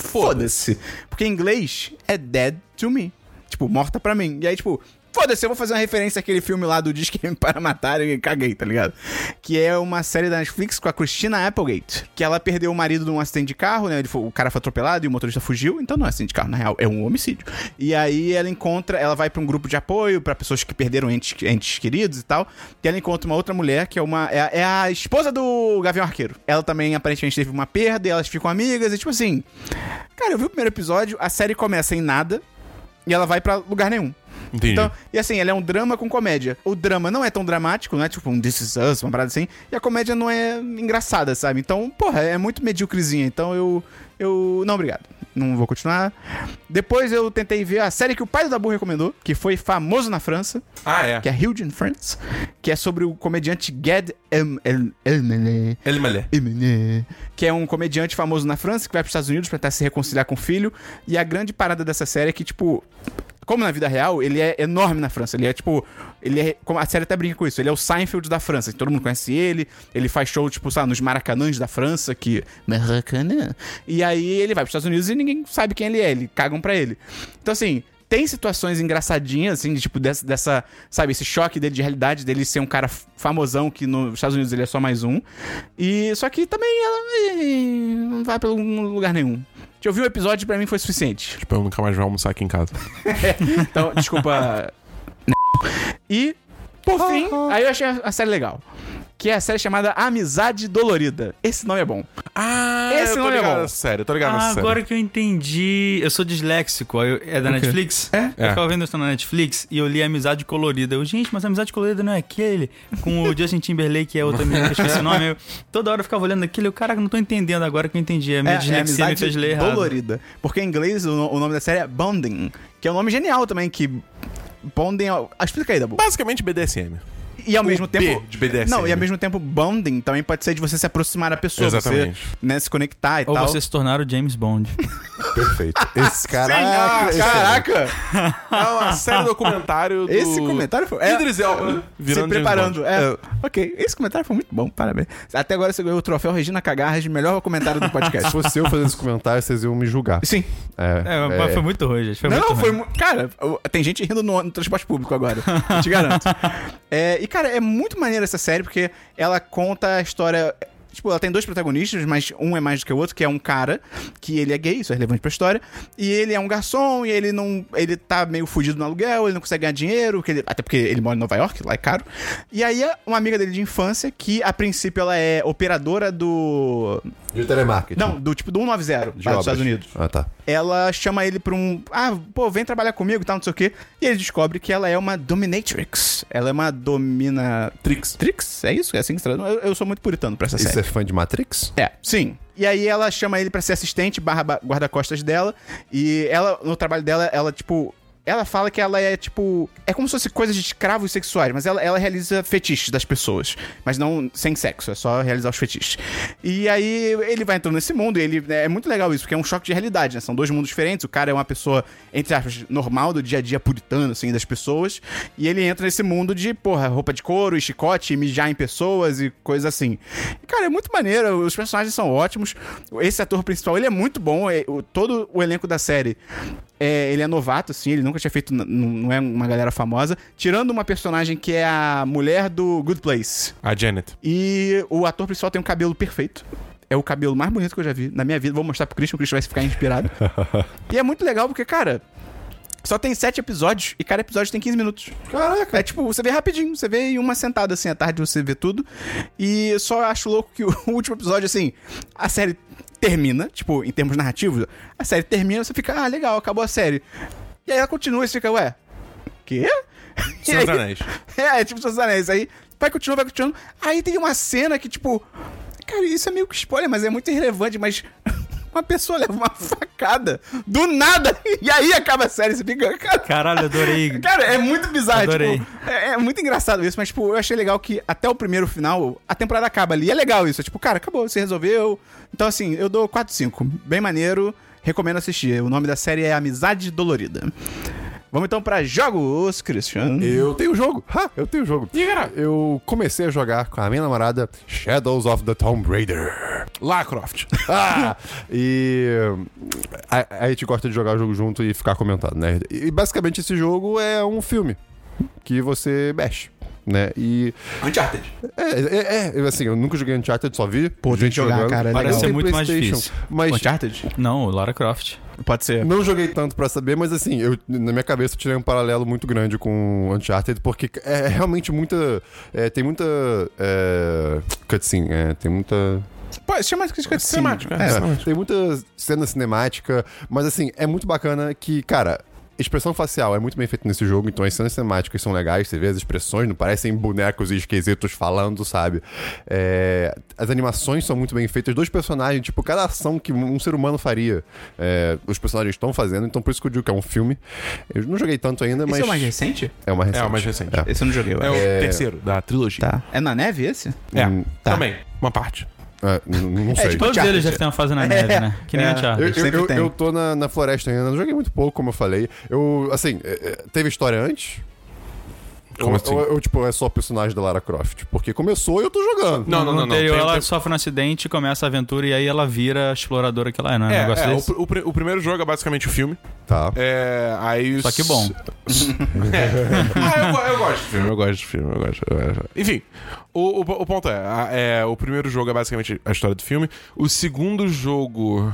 Foda-se. Porque em inglês é Dead to Me. Tipo, morta pra mim. E aí, tipo, foda-se, eu vou fazer uma referência àquele filme lá do Disque para Matar e caguei, tá ligado? Que é uma série da Netflix com a Christina Applegate. Que ela perdeu o marido num acidente de carro, né? Ele foi- o cara foi atropelado e o motorista fugiu. Então não é acidente de carro, na real, é um homicídio. E aí ela encontra, ela vai pra um grupo de apoio pra pessoas que perderam entes, entes queridos e tal. E ela encontra uma outra mulher que é uma. É, a- é a esposa do Gavião Arqueiro. Ela também aparentemente teve uma perda e elas ficam amigas. E tipo assim. Cara, eu vi o primeiro episódio, a série começa em nada e ela vai pra lugar nenhum.
Entendi.
Então, e assim, ela é um drama com comédia. O drama não é tão dramático, não é tipo um This Is Us, uma parada assim. E a comédia não é engraçada, sabe? Então, porra, é muito medíocrezinha. Então eu. Eu. Não, obrigado. Não vou continuar. Depois eu tentei ver a série que o pai do Dabu recomendou, que foi famoso na França,
Ah, é.
que é Huge in France, que é sobre o comediante Gad Em- El- Elmaleh.
Ele é malé.
Eminem, que é um comediante famoso na França que vai para os Estados Unidos para tentar se reconciliar com o filho. E a grande parada dessa série é que, tipo, como na vida real, ele é enorme na França. Ele é tipo. Ele é. como A série até brinca com isso. Ele é o Seinfeld da França. Todo mundo conhece ele. Ele faz show, tipo, sabe, nos Maracanãs da França, que. Maracanã. E aí ele vai pros Estados Unidos e ninguém sabe quem ele é. Ele cagam pra ele. Então, assim. tem situações engraçadinhas, assim, de, tipo, dessa, dessa, sabe, esse choque dele de realidade, dele ser um cara f- famosão, que nos Estados Unidos ele é só mais um. E só que também ela eh, não vai pra um lugar nenhum. Te ouvir um episódio pra mim foi suficiente.
Tipo, eu nunca mais vou almoçar aqui em casa.
Então, desculpa. n- e, por fim, aí eu achei a a série legal. Que é a série chamada Amizade Dolorida. Esse nome é bom.
Ah,
Esse
eu tô
não é
ligado
bom.
nessa série, eu tô ligado
Ah,
nessa série.
agora que eu entendi. Eu sou disléxico. aí eu- É da Netflix? É? Eu
É.
ficava vendo isso na Netflix e eu li Amizade Colorida. Eu, gente, mas Amizade Colorida não é aquele? Com o Justin Timberlake, que é outro amigo que eu esqueci o nome. Eu, toda hora eu ficava olhando aquilo. Eu, caraca, não tô entendendo agora que eu entendi. A minha dislexia me fez ler errado.
É, dolorida. Porque em inglês o, no- o nome da série é Bonding, que é um nome genial também, que Bonding. é o- Ah, explica aí, Dabu.
Basicamente BDSM.
E ao mesmo
B
tempo.
de BDSM.
Não, e ao mesmo tempo, bonding também pode ser de você se aproximar da pessoa,
Exatamente.
você né, se conectar e
Ou
tal.
você se tornar o James Bond.
Perfeito. Esse ah,
Senhora,
caraca. esse-
Caraca!
É uma série documentário do...
Esse comentário foi. é,
Idris Elba
Uhum.
se
virando
preparando.
James Bond.
É. Ok, esse comentário foi muito bom, parabéns. Até agora você ganhou o troféu Regina Cagarras de melhor comentário do
É, Se
podcast.
fosse eu fazendo esse comentário, vocês iam me julgar.
Sim.
É, mas foi muito ruim, gente. Foi
não,
muito
não,
ruim.
foi. mu- Cara, eu- tem gente rindo no, no transporte público agora. eu te garanto. É, e, cara, é muito maneira essa série, porque ela conta a história. Tipo, ela tem dois protagonistas, mas um é mais do que o outro, que é um cara, que ele é gay, isso é relevante pra história. E ele é um garçom, e ele não. Ele tá meio fudido no aluguel, ele não consegue ganhar dinheiro, que ele- até porque ele mora em Nova York, lá é caro. E aí, uma amiga dele de infância, que a princípio ela é operadora do.
De telemarketing.
Não, do tipo do 190,
De
lá
obras.
dos Estados Unidos
Ah, tá.
ela chama ele pra um. Ah, pô, vem trabalhar comigo e tal, não sei o quê. E ele descobre que ela é uma dominatrix. Ela é uma dominatrix. Trix? É isso? É assim que se traduz? Eu, eu sou muito puritano pra essa
E
série.
você é fã de Matrix?
É, sim. E aí ela chama ele pra ser assistente barra ba- guarda-costas dela. E ela, no trabalho dela, ela, tipo. Ela fala que ela é, tipo. É como se fosse coisa de escravos sexuais, mas ela, ela realiza fetiches das pessoas. Mas não sem sexo, é só realizar os fetiches. E aí ele vai entrando nesse mundo e ele. É muito legal isso, porque é um choque de realidade, né? São dois mundos diferentes. O cara é uma pessoa, entre aspas, normal, do dia a dia puritano, assim, das pessoas. E ele entra nesse mundo de, porra, roupa de couro e chicote, e mijar em pessoas e coisa assim. E, cara, é muito maneiro, os personagens são ótimos. Esse ator principal, ele é muito bom. é- o- todo o elenco da série, é, ele é novato, assim, ele nunca tinha feito, n- n- não é uma galera famosa. Tirando uma personagem que é a mulher do Good Place.
A Janet.
E o ator principal tem um cabelo perfeito. É o cabelo mais bonito que eu já vi na minha vida. Vou mostrar pro Christian, o Christian vai ficar inspirado. e é muito legal porque, cara, só tem sete episódios e cada episódio tem 15 minutos. Caraca! É tipo, você vê rapidinho, você vê em uma sentada assim à tarde, você vê tudo. E eu só acho louco que o último episódio, assim, a série termina, tipo, em termos narrativos, a série termina, você fica, ah, legal, acabou a série. E aí ela continua e você fica, ué, quê? E
Seus
aí-
Anéis.
é, é tipo Senhor dos Anéis. Aí vai continuando, vai continuando. Aí tem uma cena que, tipo. Cara, isso é meio que spoiler, mas é muito irrelevante, mas. Uma pessoa leva uma facada do nada e aí acaba a série, você fica. Cara,
Caralho, adorei.
Cara, é muito bizarro,
Adorei.
tipo, é, é muito engraçado isso, mas, tipo, eu achei legal que até o primeiro final, a temporada acaba ali. E é legal isso, é tipo, cara, acabou, você resolveu. Então, assim, eu dou 4, 5. Bem maneiro, recomendo assistir. O nome da série é Amizade Dolorida. Vamos então pra jogos, Christian.
Eu tenho o jogo. Ha, eu tenho o jogo. ah, Eu comecei a jogar com a minha namorada Shadows of the Tomb Raider.
Lara Croft.
Ah, e a, a gente gosta de jogar o jogo junto e ficar comentando, né? E basicamente esse jogo é um filme que você mexe, né? E
Uncharted.
é, é, é, eu, assim, eu nunca joguei Uncharted, só vi.
Pô, tem que jogar, cara, é legal.
Parece ser
Tem
muito mais
PlayStation,
difícil. Mas
Uncharted?
Não, Lara Croft.
Pode ser.
Não joguei tanto pra saber, mas assim, eu, na minha cabeça eu tirei um paralelo muito grande com Uncharted, porque é realmente muita. é, tem muita. É, cutscene, é, tem muita.
Pô,
é
isso chama de coisa
Cinemática.
É,
É.
tem muita cena cinemática, mas assim, é muito bacana que, cara. Expressão facial é muito bem feita nesse jogo, então as cenas cinemáticas são legais, você vê as expressões, não parecem bonecos esquisitos falando, sabe? É, as animações são muito bem feitas, dois personagens, tipo, cada ação que um ser humano faria, é, os personagens estão fazendo, então por isso que eu digo que é um filme. Eu não joguei tanto ainda, mas.
Esse é o mais recente?
É o mais recente.
É, o mais recente.
É.
Esse eu não joguei, eu
É
acho.
o terceiro da trilogia.
Tá. É na neve esse?
É,
Hum, tá.
também. Uma parte.
É, n- n- não sei.
tipo,
Todos
Uncharted.
eles devem ter uma fase na neve, né? Que nem
É.
a Charlie.
Eu,
Sempre
eu, eu,
tem.
eu tô na, na floresta ainda, não joguei muito pouco, como eu falei. Eu, assim, é, é, teve história antes?
Como
ou,
assim?
ou- ou, tipo, é só personagem da Lara Croft. Porque começou e eu tô jogando.
Não, não, não.
No
não,
anterior,
Tem-
ela
tem-
sofre um acidente, começa a aventura e aí ela vira a exploradora que ela é, né? Um
É,
negócio
é, o,
desse.
pr- o pr- o primeiro jogo é basicamente o filme.
Tá.
É, aí
Só que bom.
É. Ah, eu, go- eu gosto do filme, eu gosto do filme, eu gosto. eu gosto. Enfim, o, o, o ponto é, a- é, o primeiro jogo é basicamente a história do filme. O segundo jogo.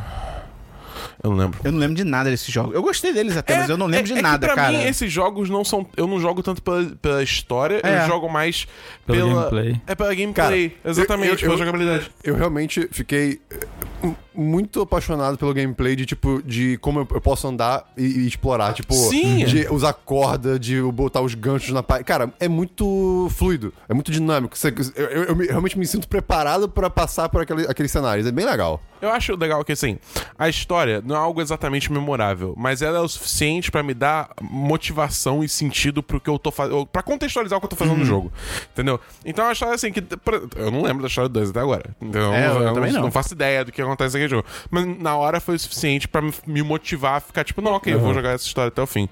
Eu não lembro.
Eu não lembro de nada desses jogos. Eu gostei deles até, mas eu não lembro
é-
de
é
nada,
que pra
cara.
mim, esses jogos não são. Eu não jogo tanto pela, pela história,
É.
eu jogo mais
Pelo
pela.
gameplay.
É pela gameplay, exatamente,
eu-
pela
eu-
jogabilidade.
Eu realmente fiquei eh, m- muito apaixonado pelo gameplay de tipo de como eu eu posso andar e, e explorar, tipo,
Sim.
de usar corda, de botar os ganchos na parede. Cara, é muito fluido, é muito dinâmico. Você- Eu, eu- eu me- realmente me sinto preparado pra passar por aquele- aqueles cenários. É bem legal.
Eu acho legal que, assim, a história não é algo exatamente memorável, mas ela é o suficiente pra me dar motivação e sentido pro que eu tô fazendo. Pra contextualizar o que eu tô fazendo
Uhum.
no jogo. Entendeu? Então é uma história assim que. por- Eu não lembro da história do 2 até agora. Então,
É, eu também não.
faço ideia do que acontece naquele jogo. Mas na hora foi o suficiente pra me- me motivar a ficar tipo, não, ok,
Uhum.
eu vou jogar essa história até o fim.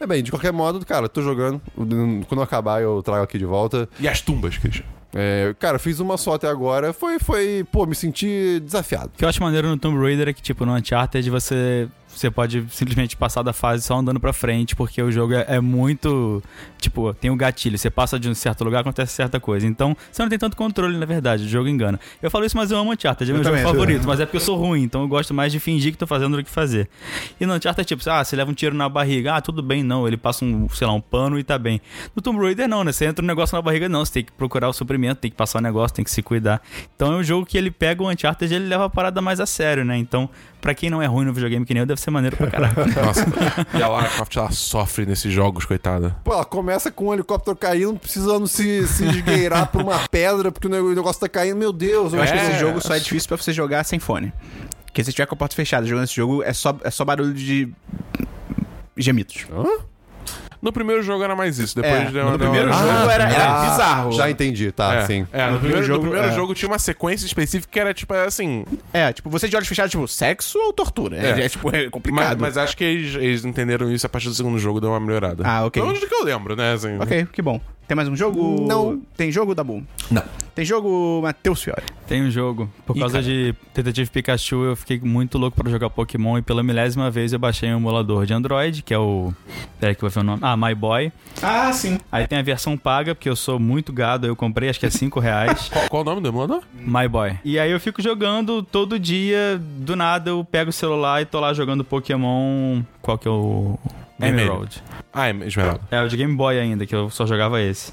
É bem, de qualquer modo, cara, tô jogando. Quando eu acabar, eu trago aqui de volta.
E as tumbas, Christian?
É, cara, fiz uma só até agora. Foi, foi, pô, me senti desafiado.
O que eu acho maneiro no Tomb Raider é que, tipo, no Uncharted você, você pode simplesmente passar da fase só andando pra frente, porque o jogo é, é muito. Tipo, tem um gatilho. Você passa de um certo lugar, acontece certa coisa. Então, você não tem tanto controle, na verdade. O jogo engana. Eu falo isso, mas eu amo Uncharted. É meu
Eu
jogo
também,
favorito, mas é porque eu sou ruim. Então, eu gosto mais de fingir que tô fazendo do que fazer. E no Uncharted, tipo, ah, você leva um tiro na barriga. Ah, tudo bem, não. Ele passa um, sei lá, um pano e tá bem. No Tomb Raider, não, né? Você entra um negócio na barriga, não. Você tem que procurar o suprimento, tem que passar o negócio, tem que se cuidar. Então é um jogo que ele pega o Uncharted e ele leva a parada mais a sério, né? Então, pra quem não é ruim no videogame que nem eu, deve ser maneiro pra caralho.
Nossa. e a Lara Croft, ela sofre nesses jogos, coitada.
Pô, ela começa com um helicóptero caindo, precisando se, se esgueirar por uma pedra, porque o ne- o negócio tá caindo. Meu Deus,
Eu acho que
É.
esse jogo só é difícil pra você jogar sem fone. Porque se tiver com a porta fechada jogando esse jogo, é só, é só barulho de gemidos.
No primeiro jogo era mais isso, depois
É,
deu
no
deu
primeiro
uma-
jogo era- era bizarro.
Já entendi, tá,
é,
sim.
É, no, primeiro,
jogo-
no primeiro
é.
jogo tinha uma sequência específica que era tipo assim.
É, tipo, você de olhos fechados, tipo, sexo ou tortura? É,
É.
é, tipo, é
Mas,
complicado.
mas acho que eles, eles entenderam isso a partir do segundo jogo, deu uma melhorada.
Ah, ok.
Pelo menos do que eu lembro, né? Assim,
Ok, que bom. Tem mais um jogo?
Não.
Tem jogo, Dabu?
Não.
Tem jogo, Matheus Fiore?
Tem um jogo. Por
Ih,
causa
cara.
de Tentative Pikachu, eu fiquei muito louco pra jogar Pokémon e pela milésima vez eu baixei um emulador de Android, que é o. Peraí que eu vou ver o nome. Ah, My Boy.
Ah, sim.
Aí tem a versão paga, porque eu sou muito gado, aí eu comprei, acho que é 5 reais.
Qual, qual o nome do emulador?
My Boy. E aí eu fico jogando todo dia, do nada eu pego o celular e tô lá jogando Pokémon. Qual que é o.
Vermelho.
Emerald.
Ah, é Esmeralda.
É, o de Game Boy ainda, que eu só jogava esse.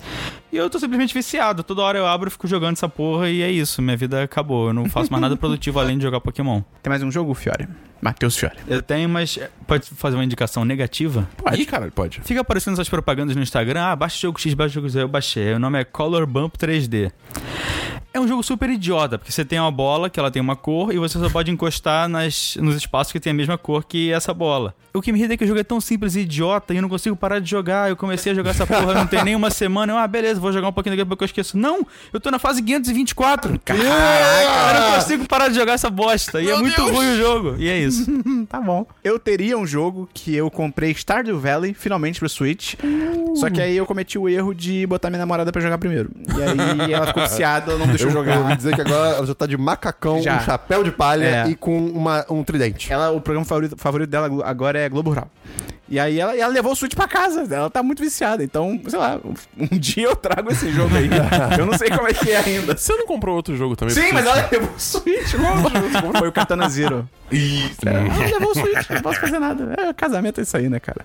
E eu tô simplesmente viciado. Toda hora eu abro e fico jogando essa porra e é isso. Minha vida acabou. Eu não faço mais nada produtivo além de jogar Pokémon.
Tem mais um jogo, Fiore? Matheus Fiore.
Eu tenho, mas. é, Pode fazer uma indicação negativa?
Pode. Ih, caralho, pode.
Fica aparecendo essas propagandas no Instagram. Ah, baixa o jogo X, baixa o jogo Z. Eu baixei. O nome é Color Bump 3D. É um jogo super idiota, porque você tem uma bola que ela tem uma cor e você só pode encostar nas, nos espaços que tem a mesma cor que essa bola. O que me irrita é que o jogo é tão simples e idiota e eu não consigo parar de jogar. Eu comecei a jogar essa porra, não tem nem uma semana. Eu, ah, beleza, vou jogar um pouquinho daqui a pouco eu esqueço. Não, eu tô na fase 524. Caraca! Eu não consigo parar de jogar essa bosta. E é muito ruim o jogo. E é isso.
Tá bom. Eu teria um jogo que eu comprei Stardew Valley, finalmente, pro Switch. Só que aí eu cometi o erro de botar minha namorada pra jogar primeiro. E aí ela ficou viciada, ela não deixou eu
Eu, eu ouvi
jogar.
dizer que agora ela já tá de macacão,
Já.
um chapéu de palha
É.
e com uma, um tridente.
Ela, o programa favorito, favorito dela agora é Globo Rural. E aí ela, ela levou o Switch pra casa. Ela tá muito viciada. Então, sei lá, um dia eu trago esse jogo aí. eu não sei como é que é ainda.
Você não comprou outro jogo também?
Sim,
Porque-
mas ela levou o Switch longe. Foi o Katana Zero. Isso. Ela levou o Switch, não posso fazer nada. É, casamento é isso aí, né, cara?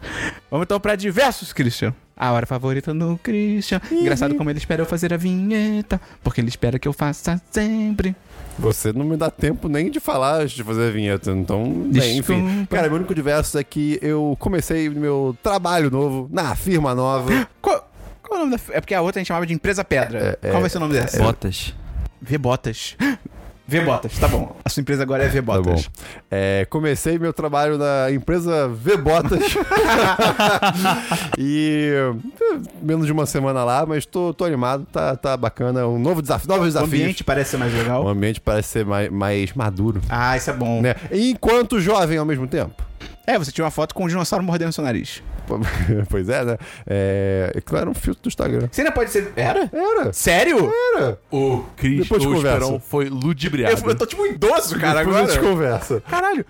Vamos então pra diversos, Christian. A hora favorita no Christian. Engraçado como ele espera eu fazer a vinheta. Porque ele espera que eu faça sempre.
Você não me dá tempo nem de falar de fazer a vinheta, então. Bem, enfim.
Desculpa.
Cara, meu único diverso é que eu comecei meu trabalho novo, na firma nova.
Qual, qual é o nome da. f- É porque a outra a gente chamava de Empresa Pedra.
É, é,
qual vai ser o nome dessa?
Botas.
V-Botas. V-Botas, tá bom. A sua empresa agora é
Tá bom.
V-Botas.
É, comecei meu trabalho na empresa V-Botas. e eh, menos de uma semana lá, mas tô, tô animado, tá, tá bacana. Um novo desafio, novos
o
desafios.
ambiente parece ser mais
O
legal.
ambiente parece ser mais, mais maduro.
Ah, isso é bom.
Né? Enquanto jovem ao mesmo tempo.
É, você tinha uma foto com um dinossauro mordendo seu nariz.
pois é, né? É, é claro, era um filtro do Instagram.
Você ainda pode ser. Era?
Era,
Sério?
era.
O Cris
Depois de
o
conversa.
Esperon foi ludibriado.
Eu, eu tô tipo um idoso, cara,
Depois a gente
agora.
conversa.
Caralho.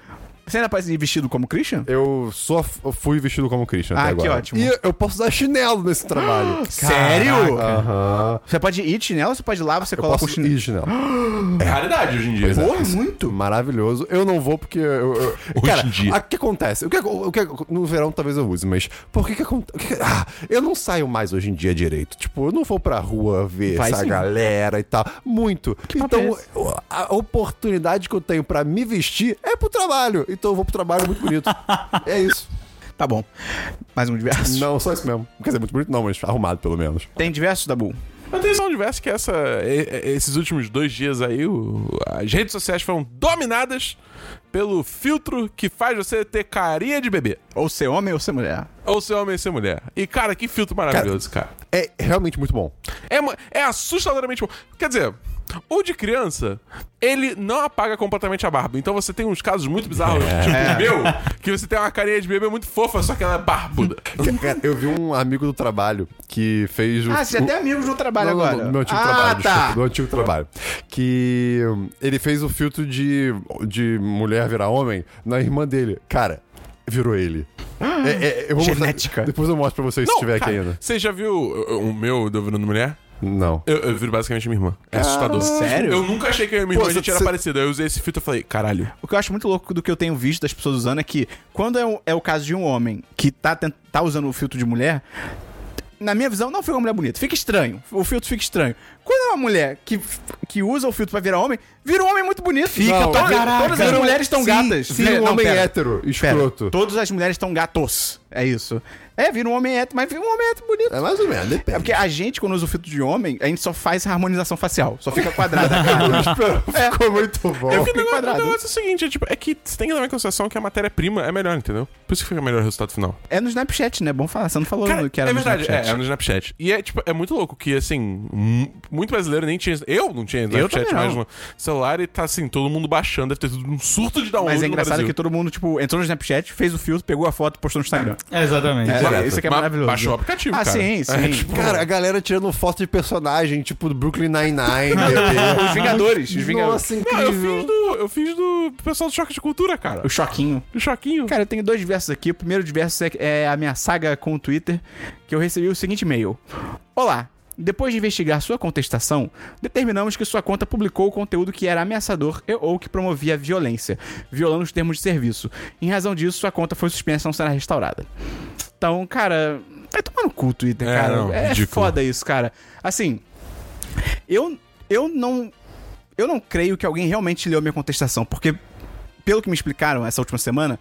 Você ainda pode ir vestido como Christian?
Eu só f- fui vestido como Christian
Ah,
até
que
agora.
ótimo.
E eu posso usar chinelo nesse trabalho.
Sério?
Aham.
Você pode ir de chinelo, você pode ir lá, você
Eu
coloca
posso
o chinelo.
ir de chinelo.
É raridade hoje em dia.
Pois é.
Porra, muito.
Maravilhoso. Eu não vou porque. Eu, eu-
Hoje
cara,
em dia.
a- o que acontece? O que, o que- no verão talvez eu use, mas. Por que que acontece? Ah, eu não saio mais hoje em dia direito. Tipo, eu não vou pra rua ver
Vai
essa
sim.
galera e tal. Muito.
papo é
então,
esse?
eu- a oportunidade que eu tenho pra me vestir é pro trabalho. Então eu vou pro trabalho muito bonito. é isso.
Tá bom. Mais um diverso.
Não, só isso mesmo. Quer dizer, muito bonito não, mas arrumado pelo menos.
Tem diversos, Dabu?
Mas tem só um universo que essa, e- e- esses últimos dois dias aí, o- as redes sociais foram dominadas pelo filtro que faz você ter carinha de bebê.
Ou ser homem ou ser mulher.
Ou ser homem ou ser mulher. E, cara, que filtro maravilhoso, cara.
É realmente muito bom.
É, mo- é assustadoramente bom. Quer dizer, o de criança, ele não apaga completamente a barba. Então você tem uns casos muito bizarros, tipo o meu, que você tem uma carinha de bebê muito fofa, só que ela é barbuda.
Cara, eu vi um amigo do trabalho que fez o-
Ah, você é
o-
até amigo do trabalho
Não, não,
agora.
não, do meu antigo
ah,
trabalho,
tá.
desculpa, do antigo trabalho. Que hum, ele fez o filtro de, de mulher virar homem na irmã dele. Cara, virou ele. É, é, eu vou mostrar-
Genética.
depois eu mostro pra vocês se tiver aqui
cara,
ainda.
Você já viu o, o meu do virando mulher?
Não.
Eu, eu viro basicamente minha irmã. É assustador.
Ah, sério?
Eu nunca achei que a minha irmã
Pô,
a gente
cê-
era
cê-
parecida. Eu usei esse filtro e falei, caralho.
O que eu acho muito louco do que eu tenho visto das pessoas usando é que quando é, o- é o caso de um homem que tá, tent- tá usando o filtro de mulher, na minha visão não fica uma mulher bonita. Fica estranho. O filtro fica estranho. Quando é uma mulher que, f- que usa o filtro pra virar homem, vira um homem muito bonito. Fica,
Não,
todas,
caraca. um
todas as mulheres estão
Sim,
gatas.
sim,
Vira-
um
não,
homem
pera.
hétero,
Pera,
escroto.
Todas as mulheres estão gatos. É isso. É, vira um homem hétero, mas vira um homem hétero bonito.
É mais ou menos,
É
depende.
porque a gente, quando usa o filtro de homem, a gente só faz harmonização facial. Só fica quadrada. a cara. É.
Ficou muito bom.
Porque o
fiquei
negócio, o
quadrado.
negócio é o seguinte, é, tipo, é que você tem que levar em consideração que a matéria-prima é melhor, entendeu? Por isso que fica melhor o resultado final.
É no Snapchat, né? Bom falar. Você não falou
Cara,
que era
é
no
verdade, é,
Snapchat.
é no Snapchat. E é, tipo, é muito louco que, assim, mu- muito brasileiro nem tinha... Eu não tinha Snapchat
também
mais
não.
no celular e tá, assim, todo mundo baixando. Deve ter sido um surto de download
Mas é
no
engraçado
Brasil.
que todo mundo, tipo, entrou no Snapchat, fez o filtro, pegou a foto e postou no Instagram.
É, exatamente.
É,
Exato.
isso aqui é
Mas
maravilhoso.
Baixou o aplicativo,
Ah,
cara.
sim, sim.
É, tipo,
Cara, a galera tirando foto de personagem, tipo do Brooklyn Nine-Nine. bebê.
Os Vingadores, os Vingadores.
Nossa,
Não, É. Ah, eu
incrível.
fiz do... Eu fiz do pessoal do Choque de Cultura, cara.
O choquinho.
O Choquinho.
Cara, eu tenho dois versos aqui. O primeiro de versos é, é a minha saga com o Twitter, que eu recebi o seguinte e-mail. Olá. Depois de investigar sua contestação, determinamos que sua conta publicou o conteúdo que era ameaçador e ou que promovia violência, violando os termos de serviço. Em razão disso, sua conta foi suspensa e não será restaurada. Então, cara, vai tomar no cu, Twitter,
É,
cara.
não,
é
ridículo.
foda isso, cara. Assim, eu, eu não. Eu não creio que alguém realmente leu minha contestação, porque. Pelo que me explicaram essa última semana,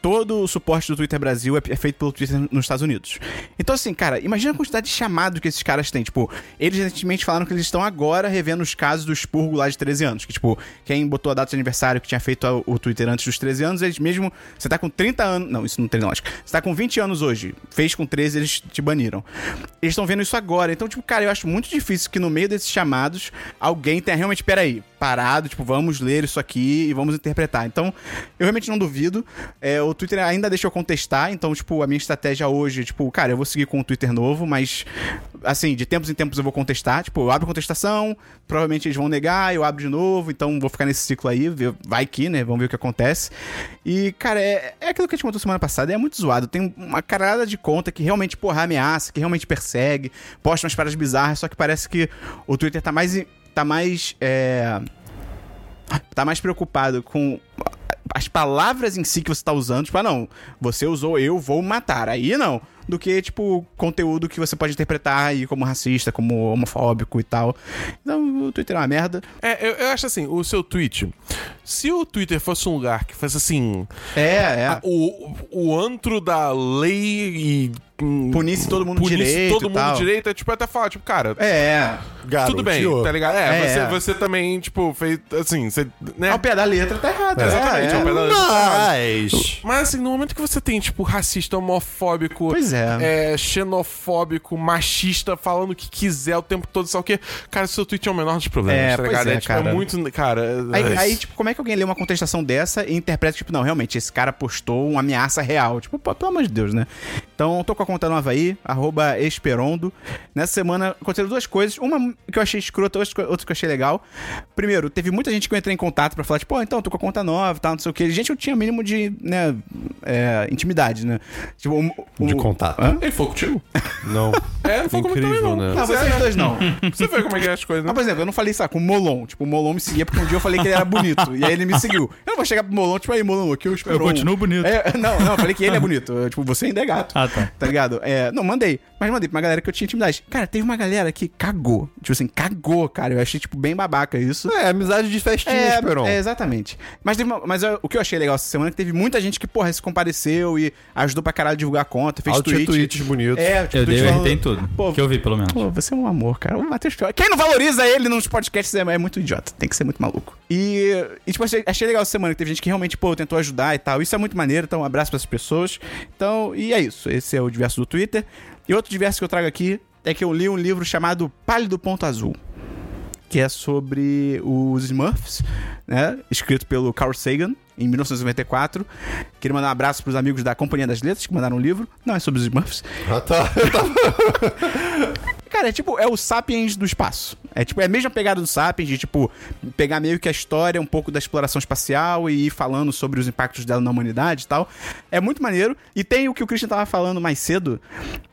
todo o suporte do Twitter Brasil é é feito pelo Twitter nos Estados Unidos. Então, assim, cara, imagina a quantidade de chamado que esses caras têm. Tipo, eles recentemente falaram que eles estão agora revendo os casos do expurgo lá de 13 anos. Que, tipo, quem botou a data de aniversário que tinha feito a- o Twitter antes dos 13 anos, eles mesmo. Você tá com 30 anos. Não, isso não tem lógica. Você tá com 20 anos hoje, fez com 13, eles te baniram. Eles estão vendo isso agora. Então, tipo, cara, eu acho muito difícil que no meio desses chamados alguém tenha realmente, peraí, parado, tipo, vamos ler isso aqui e vamos interpretar. Então, eu realmente não duvido. É, o Twitter ainda deixou contestar, então, tipo, a minha estratégia hoje, tipo, cara, eu vou seguir com o Twitter novo, mas, assim, de tempos em tempos eu vou contestar. Tipo, eu abro contestação, provavelmente eles vão negar, eu abro de novo, então vou ficar nesse ciclo aí, ver- vai que, né? Vamos ver o que acontece. E, cara, é, é aquilo que a gente contou semana passada, é muito zoado. Tem uma caralhada de conta que realmente, porra, ameaça, que realmente persegue, posta umas paradas bizarras, só que parece que o Twitter tá mais. em- tá mais. é, tá mais preocupado com as palavras em si que você tá usando, tipo, ah, não, você usou eu vou matar, aí não, do que, tipo, conteúdo que você pode interpretar aí como racista, como homofóbico e tal. Então, o Twitter é uma merda.
É, eu, eu acho assim, o seu tweet. Se o Twitter fosse um lugar que fosse assim.
É, é.
a- o, o antro da lei e. hum,
punisse todo mundo
punisse
direito
todo
e
mundo
tal.
direito, é tipo até falar, tipo, cara.
É,
Tudo bem,
Garoteou.
tá ligado? É,
É,
você,
é.
você também, tipo, fez assim, você. Né?
ao pé da letra é. tá errado.
É, exatamente, ao pé da letra.
Mas...
Mas assim, no momento que você tem, tipo, racista, homofóbico,
Pois é.
é, xenofóbico, machista, falando o que quiser o tempo todo, sabe o quê? Cara, seu tweet é o menor dos problemas,
É,
tá
pois
ligado?
é,
tipo,
cara.
muito. Cara.
Aí, aí, tipo, como é que alguém lê uma contestação dessa e interpreta, tipo, não, realmente, esse cara postou uma ameaça real? Tipo, pô, pelo amor de Deus, né? Então, tô com a conta nova aí, arroba Esperondo. Nessa semana aconteceram duas coisas. Uma que eu achei escrota, outra outra que eu achei legal. Primeiro, teve muita gente que eu entrei em contato pra falar, tipo, pô, então, tô com a conta nova e tal, não sei o quê. Gente, eu tinha mínimo de, né, é, intimidade, né? Tipo, um,
De
um-
contato.
Hã?
Ele foi contigo?
Não.
É, não foi comigo também,
Incrível,
não.
né?
Não, vocês dois não.
Você
tipo,
vê como é que é as coisas, né?
Mas, por exemplo, eu não falei, sabe, com o Molon. Tipo, o Molon me seguia porque um dia eu falei que ele era bonito. e aí ele me seguiu. Eu não vou chegar pro Molon, tipo, aí, Molon, aqui eu espero.
Eu continuo bonito.
É, não, não, eu falei que ele é bonito. Eu, tipo, você ainda é gato.
Ah, tá.
Tá ligado? É, não, mandei. Mas mandei pra uma galera que eu tinha intimidade. Cara, teve uma galera que cagou. Tipo assim, cagou, cara. Eu achei, tipo, bem babaca isso.
É, amizade de festinha,
É,
Esperon.
é, exatamente. Mas, teve uma- mas eu- o que eu achei legal essa semana é que teve muita gente que, porra, se compareceu e ajudou pra caralho a divulgar a conta, fez
Altos
tweet.
tweets bonitos.
É, tipo,
Eu dei
tweet
o
falando-
RT em tudo.
Pô,
que eu vi, pelo menos.
Pô, você é um amor, cara. O Matheus Fiore. Quem não valoriza ele nos podcasts é, é muito idiota. Tem que ser muito maluco. E, e, tipo, achei, achei legal essa semana que teve gente que realmente, pô, tentou ajudar e tal. Isso é muito maneiro, então um abraço pra essas pessoas. Então, e é isso. Esse é o diverso do Twitter. E outro diverso que eu trago aqui é que eu li um livro chamado Pálido Ponto Azul. Que é sobre os Smurfs, né? Escrito pelo Carl Sagan, em 1994. Queria mandar um abraço pros amigos da Companhia das Letras, que mandaram um livro. Não, é sobre os Smurfs.
Ah, tá.
Cara, é tipo, é o Sapiens do espaço. É tipo, é a mesma pegada do Sapiens, de tipo, pegar meio que a história, um pouco da exploração espacial e ir falando sobre os impactos dela na humanidade e tal. É muito maneiro. E tem o que o Christian tava falando mais cedo,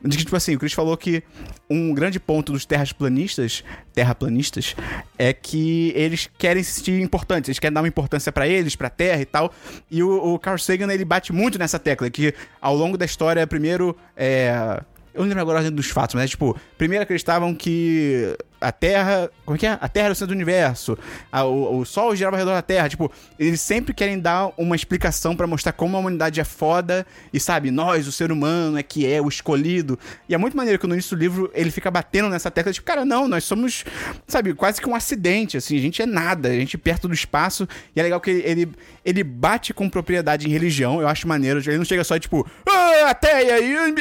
de que, tipo assim, o Christian falou que um grande ponto dos terraplanistas, terraplanistas, é que eles querem se sentir importantes, eles querem dar uma importância pra eles, pra Terra e tal. E o, o Carl Sagan, ele bate muito nessa tecla, que ao longo da história, primeiro, é... Eu não lembro agora a ordem dos fatos, mas é tipo, primeiro acreditavam que a Terra. Como é que é? A Terra era o centro do universo. a- o, o Sol girava ao redor da Terra. Tipo, eles sempre querem dar uma explicação pra mostrar como a humanidade é foda. E sabe, nós, o ser humano, é que é o escolhido. E é muito maneiro que no início do livro ele fica batendo nessa tecla, tipo, cara, não, nós somos, sabe, quase que um acidente, assim, a gente é nada, a gente é perto do espaço. E é legal que ele, ele, ele bate com propriedade em religião, eu acho maneiro. Ele não chega só, tipo, ah, ateia, e.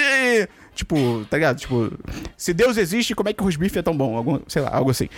e- Tipo, tá ligado? Tipo, se Deus existe, como é que o rosbife é tão bom? Algum, sei lá, algo assim.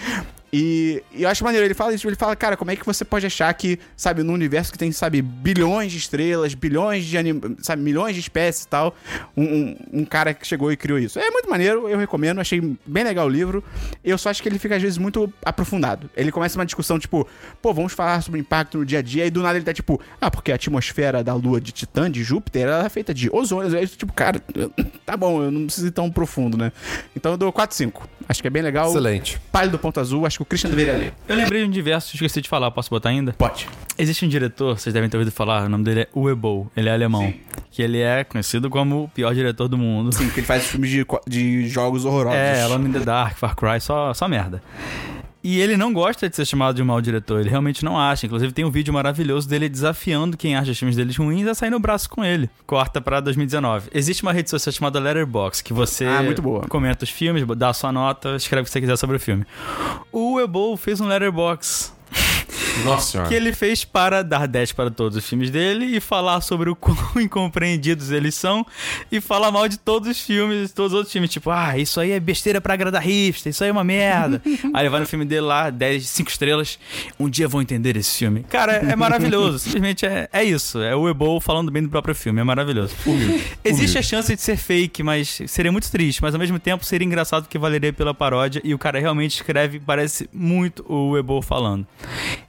E, e eu acho maneiro, ele fala isso, ele fala, cara, como é que você pode achar que, sabe, num universo que tem, sabe, bilhões de estrelas, bilhões de anim... sabe, milhões de espécies e tal, um, um- um cara que chegou e criou isso. É muito maneiro, eu recomendo, achei bem legal o livro. Eu só acho que ele fica, às vezes, muito aprofundado. Ele começa uma discussão, tipo, pô, vamos falar sobre o impacto no dia a dia, e do nada ele tá, tipo, ah, porque a atmosfera da lua de Titã, de Júpiter, ela é feita de ozônio, aí, tipo, cara, tá bom, eu não preciso ir tão profundo, né? Então eu dou 4, 5. Acho que é bem legal.
Excelente.
Palho do Ponto Azul, acho que o Christian deveria ler.
Eu lembrei de um diverso, esqueci de falar, posso botar ainda?
Pode.
Existe um diretor, vocês devem ter ouvido falar, o nome dele é Uebo, ele é alemão. Que ele é conhecido como o pior diretor do mundo.
Sim, porque ele faz filmes de, co- de jogos horrorosos.
É, Alone in the Dark, Far Cry, só, só merda. E ele não gosta de ser chamado de um mau diretor, ele realmente não acha. Inclusive, tem um vídeo maravilhoso dele desafiando quem acha os filmes deles ruins a sair no braço com ele. Corta pra 2019. Existe uma rede social chamada Letterboxd, que você
Ah, muito boa.
comenta os filmes, dá a sua nota, escreve o que você quiser sobre o filme. O Ebol fez um Letterboxd
Nossa senhora.
que ele fez para dar 10 para todos os filmes dele e falar sobre o quão incompreendidos eles são e falar mal de todos os filmes, todos os outros filmes. Tipo, ah, isso aí é besteira pra agradar hipster, isso aí é uma merda. aí ele vai no filme dele lá, 10, 5 estrelas, um dia vão entender esse filme. Cara, é é maravilhoso, simplesmente é, é isso. É o Ebol falando bem do próprio filme, é maravilhoso. Existe a chance de ser fake, mas seria muito triste. Mas ao mesmo tempo seria engraçado porque valeria pela paródia. E o cara realmente escreve, parece muito o Ebol falando.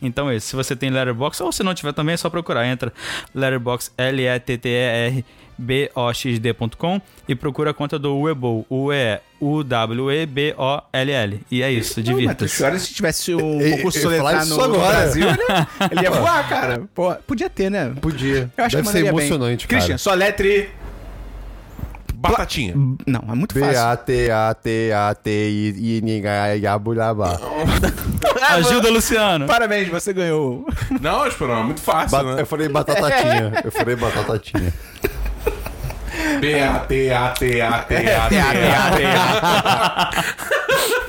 Então é isso. Se você tem Letterboxd, ou se não tiver também, é só procurar. Entra Letterboxd, L-E-T-T-E-R boxd.com e procura a conta do Uebol, U E U W E B O L L. E é isso,
Não, Matheus
divirta-se.
Fiore, se tivesse um
Eu- eu-
concurso
eu ia falar
soletar
isso
no
agora.
Brasil, ele, ele ia voar, cara. Pô, podia ter, né?
Podia.
Eu acho
Deve
que
ser
mandaria bem.
emocionante, cara.
Christian, só letre...
Batatinha.
Não, é muito fácil.
B-A-T-A-T-A-T-I-N-H-I-A-B-U-L-A-B-A.
Ajuda, Luciano!
Parabéns, você ganhou.
Não, Esperão, é muito fácil,
Ba-
né?
Eu falei batatatinha. Eu falei batatatinha. É,
B-A-T-A-T-A-T-A-T-A.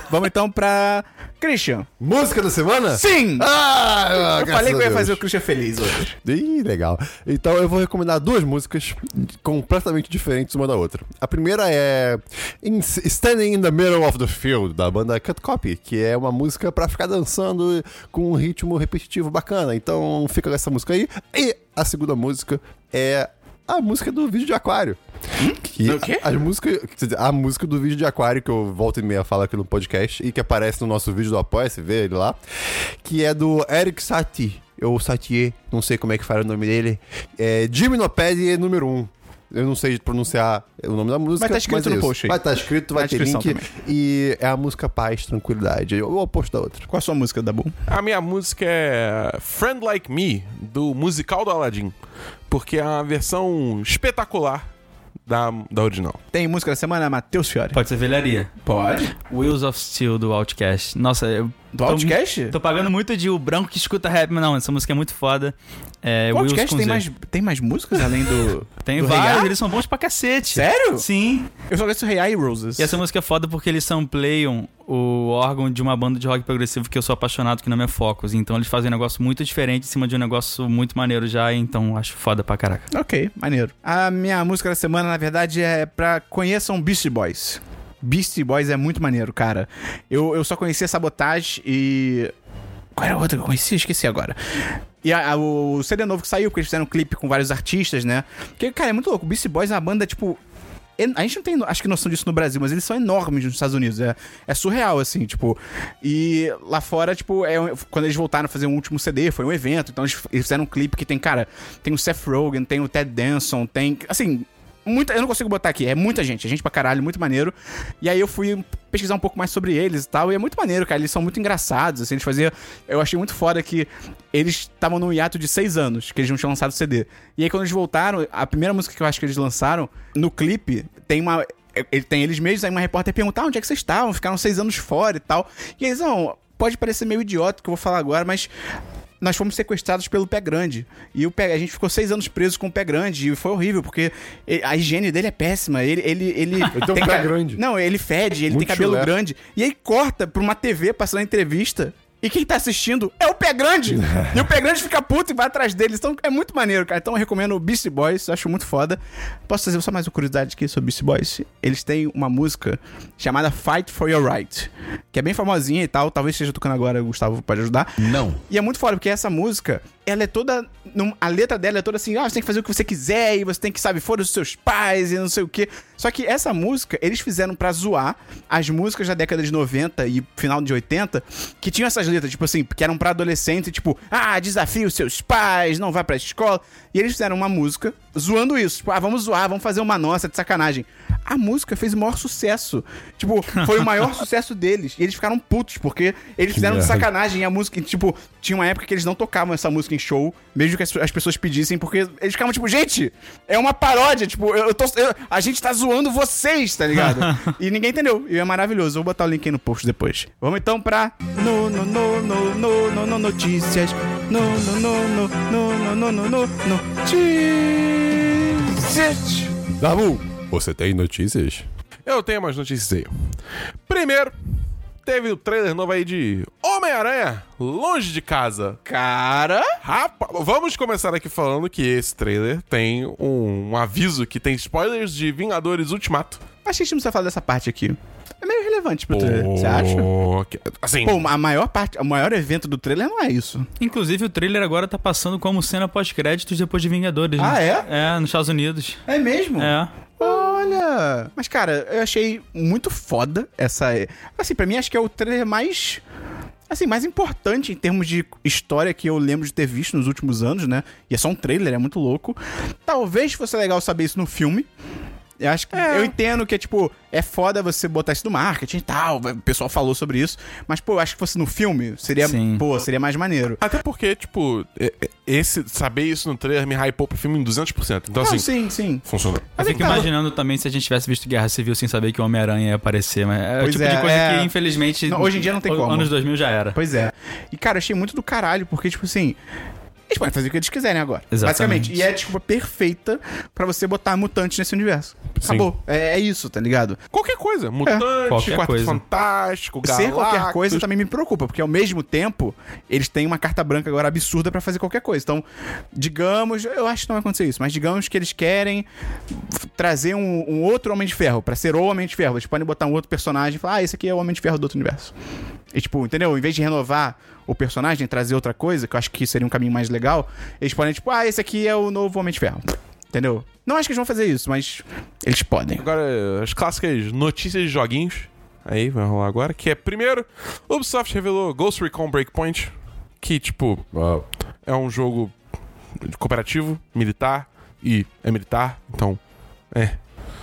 Vamos então pra... Christian.
Música da semana?
Sim!
Tá. Ah,
eu falei que eu ia fazer o
é
Christian feliz hoje.
Ih, legal. Então eu vou recomendar duas músicas completamente diferentes uma da outra. A primeira é In- Standing in the Middle of the Field, da banda Cut Copy, que é uma música pra ficar dançando com um ritmo repetitivo bacana. Então fica essa música aí. E a segunda música é a música do vídeo de aquário. Que
É
O quê?
A, as músicas- quer dizer, a música do vídeo de aquário que eu volto e meia falo aqui no podcast e que aparece no nosso vídeo do Apoia, se vê ele lá, que é do Eric Satie, ou Satie, não sei como é que fala o nome dele, é Diminopédia número 1. Eu não sei pronunciar o nome da música.
tá escrito
é
no
isso.
post aí.
Vai estar escrito, vai
Na
ter
descrição
link.
também.
E é a música Paz, Tranquilidade. Ou o oposto da outra.
Qual a sua música, Dabu?
A minha música é Friend Like Me, do musical do Aladdin. Porque é uma versão espetacular da, da original.
Tem música da semana, Matheus Fiore.
Pode ser velharia.
Pode.
Wheels of Steel do Outcast. Nossa, eu
Do Outcast?
tô pagando muito de o branco que escuta rap, mas não, essa música é muito foda. É,
O
Wheels
Outcast
com
tem
Z.
mais, tem mais músicas além do.
Tem
do
vários,
Reiá?
eles são bons pra cacete.
Sério?
Sim.
Eu só conheço Rei e Roses.
E essa música é foda porque eles sampleiam o órgão de uma banda de rock progressivo que eu sou apaixonado, que não é Focus. Então eles fazem um negócio muito diferente em cima de um negócio muito maneiro já, então acho foda pra caraca.
Ok, maneiro. A minha música da semana, na verdade, é pra conheçam Beastie Boys. Beastie Boys é muito maneiro, cara. Eu, eu só conhecia Sabotage e. Qual era a outra que eu conhecia? Esqueci agora. E a- a- o CD novo que saiu, porque eles fizeram um clipe com vários artistas, né? Porque, cara, é muito louco. Beastie Boys é uma banda, tipo. en- A gente não tem, acho que, noção disso no Brasil, mas eles são enormes nos Estados Unidos. É, é surreal, assim, tipo. E lá fora, tipo, é, um- quando eles voltaram a fazer um último CD, foi um evento. Então eles, eles fizeram um clipe que tem, cara, tem o Seth Rogen, tem o Ted Danson, tem. Assim, muita. Eu não consigo botar aqui, é muita gente, é gente pra caralho, muito maneiro. E aí eu fui pesquisar um pouco mais sobre eles e tal, e é muito maneiro, cara. Eles são muito engraçados, assim, eles faziam. Eu achei muito foda que eles estavam num hiato de seis anos, que eles não tinham lançado o CD. E aí quando eles voltaram, a primeira música que eu acho que eles lançaram, no clipe, tem uma. Ele tem eles mesmos, aí uma repórter perguntar onde é que vocês estavam, ficaram seis anos fora e tal. E eles, não, pode parecer meio idiota o que eu vou falar agora, mas nós fomos sequestrados pelo pé grande. E o pé, a gente ficou seis anos preso com o pé grande. E foi horrível, porque e- a higiene dele é péssima. Ele. Ele, ele,
tem um pé
ca-
grande.
Não, ele fede, ele
Muito
tem cabelo
chulé.
grande. E aí corta pra uma TV passando a entrevista. E quem tá assistindo é o pé grande. e o pé grande fica puto e vai atrás deles. Então é muito maneiro, cara. Então eu recomendo o Beastie Boys, acho muito foda. Posso trazer só mais uma curiosidade aqui sobre Beastie Boys? Eles têm uma música chamada Fight for Your Right, que é bem famosinha e tal. Talvez esteja tocando agora, o Gustavo pode ajudar.
Não.
E é muito foda, porque essa música, ela é toda. num- A letra dela é toda assim, ah, você tem que fazer o que você quiser, e você tem que, sabe, fora os seus pais e não sei o quê. Só que essa música, eles fizeram pra zoar as músicas da década de 90 e final de 80, que tinham essas letras, tipo assim, que eram pra adolescente, tipo, ah, desafia os seus pais, não vá pra escola. E eles fizeram uma música zoando isso. Tipo, ah, vamos zoar, vamos fazer uma nossa de sacanagem. A música fez o maior sucesso. Tipo, foi o maior sucesso deles. E eles ficaram putos, porque eles fizeram de
merda.
sacanagem e a música, tipo, tinha uma época que eles não tocavam essa música em show, mesmo que as, as pessoas pedissem, porque eles ficavam tipo, gente, é uma paródia, tipo, eu, eu tô, eu- a gente tá zoando vocês, tá ligado? e ninguém entendeu, e é maravilhoso, eu vou botar o link aí no post depois. Vamos então pra no, no, no, no, no, no, no, notícias, no, no, no, no, no, no, no, no, no, notícias.
Dabu, você tem notícias?
Eu tenho umas notícias aí. Primeiro, teve o trailer novo aí de Homem-Aranha Longe de Casa.
Cara,
Rapaz, vamos começar aqui falando que esse trailer tem um, aviso que tem spoilers de Vingadores Ultimato.
acho que a gente não precisa falar dessa parte aqui. É meio relevante pro trailer, você acha?
Ok. Assim,
Pô, a maior parte, o maior evento do trailer não é isso.
Inclusive o trailer agora tá passando como cena pós-créditos depois de Vingadores, né?
Ah, é?
É, nos Estados Unidos.
É mesmo?
É.
Olha! Mas, cara, eu achei muito foda essa. Assim, pra mim, acho que é o trailer mais. Assim, mais importante em termos de história que eu lembro de ter visto nos últimos anos, né? E é só um trailer, é muito louco. Talvez fosse legal saber isso no filme. Eu acho que. Eu entendo que é tipo. É foda você botar isso no marketing e tal. O pessoal falou sobre isso. Mas, pô, eu acho que fosse no filme, seria.
Sim.
Pô, seria mais maneiro.
até porque, tipo, é- é- esse, saber isso no trailer me hypou pro filme em 200%. Então, assim,
Não, sim, sim.
funciona.
Mas
Eu fico
então-
imaginando também se a gente tivesse visto Guerra Civil sem saber que o Homem-Aranha ia aparecer, mas é o
Pois
tipo
é,
de coisa
é.
que, infelizmente.
Não, hoje em dia não tem
o-
como.
Anos 2000 já era.
Pois é. E, cara, eu achei muito do caralho, porque, tipo assim. Eles podem fazer o que eles quiserem agora.
Exatamente.
Basicamente. E é a desculpa perfeita pra você botar mutantes nesse universo. Acabou. É, é isso, tá ligado?
Qualquer coisa. Mutante,
Qualquer
Quarto
coisa.
Fantástico, Galactus.
Ser qualquer coisa também me preocupa, porque ao mesmo tempo, eles têm uma carta branca agora absurda pra fazer qualquer coisa. Então, digamos, eu acho que não vai acontecer isso, mas digamos que eles querem f- trazer um, um outro Homem de Ferro, pra ser o Homem de Ferro. Eles podem botar um outro personagem e falar, ah, esse aqui é o Homem de Ferro do outro universo. E tipo, entendeu? Em vez de renovar o personagem, trazer outra coisa, que eu acho que seria um caminho mais legal, eles podem, tipo, ah, esse aqui é o novo Homem de Ferro. Entendeu? Não acho que eles vão fazer isso, mas eles podem.
Agora, as clássicas notícias de joguinhos. Aí, vai rolar agora. Que é, primeiro, Ubisoft revelou Ghost Recon Breakpoint. Que, tipo, é um jogo cooperativo, militar. E é militar, então... É,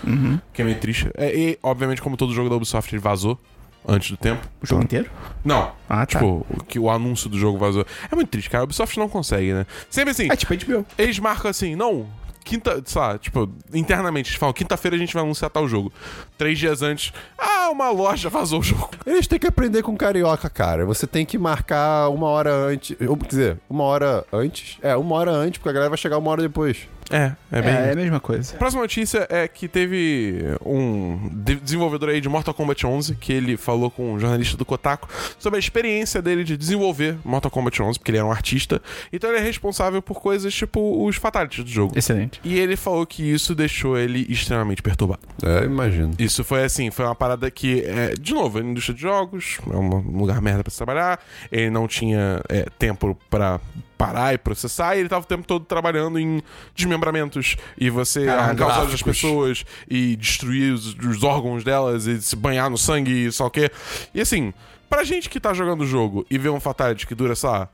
Uhum.
que é meio triste. É, e, obviamente, como todo jogo da Ubisoft, ele vazou antes do tempo.
O jogo inteiro?
Não,
Ah, tá.
tipo, o, que o anúncio do jogo vazou. É muito triste, cara. A Ubisoft não consegue, né? Sempre assim,
É tipo HBO.
eles marcam assim, não. Quinta, sei lá, tipo, internamente, eles falam, quinta-feira a gente vai anunciar tal jogo. Três dias antes, ah, uma loja vazou o jogo.
Eles têm que aprender com carioca, cara. Você tem que marcar uma hora antes. Ou, quer dizer, uma hora antes. É, uma hora antes, porque a galera vai chegar uma hora depois.
É, é bem.
É, é a mesma coisa.
Próxima notícia é que teve um de- desenvolvedor aí de Mortal Kombat 11 que ele falou com um jornalista do Kotaku sobre a experiência dele de desenvolver Mortal Kombat 11, porque ele era um artista. Então ele é responsável por coisas tipo os fatalities do jogo.
Excelente.
E ele falou que isso deixou ele extremamente perturbado.
É, imagino.
Isso foi assim, foi uma parada que, é, de novo, é indústria de jogos, é um lugar merda pra se trabalhar, ele não tinha é, tempo pra parar e processar, e ele tava o tempo todo trabalhando em desmembramentos, e você
Caramba,
arrancar os olhos das
gráficos.
pessoas, e destruir os, os órgãos delas, e se banhar no sangue e só o quê. E assim, pra gente que tá jogando o jogo e vê um Fatality que dura, sei lá,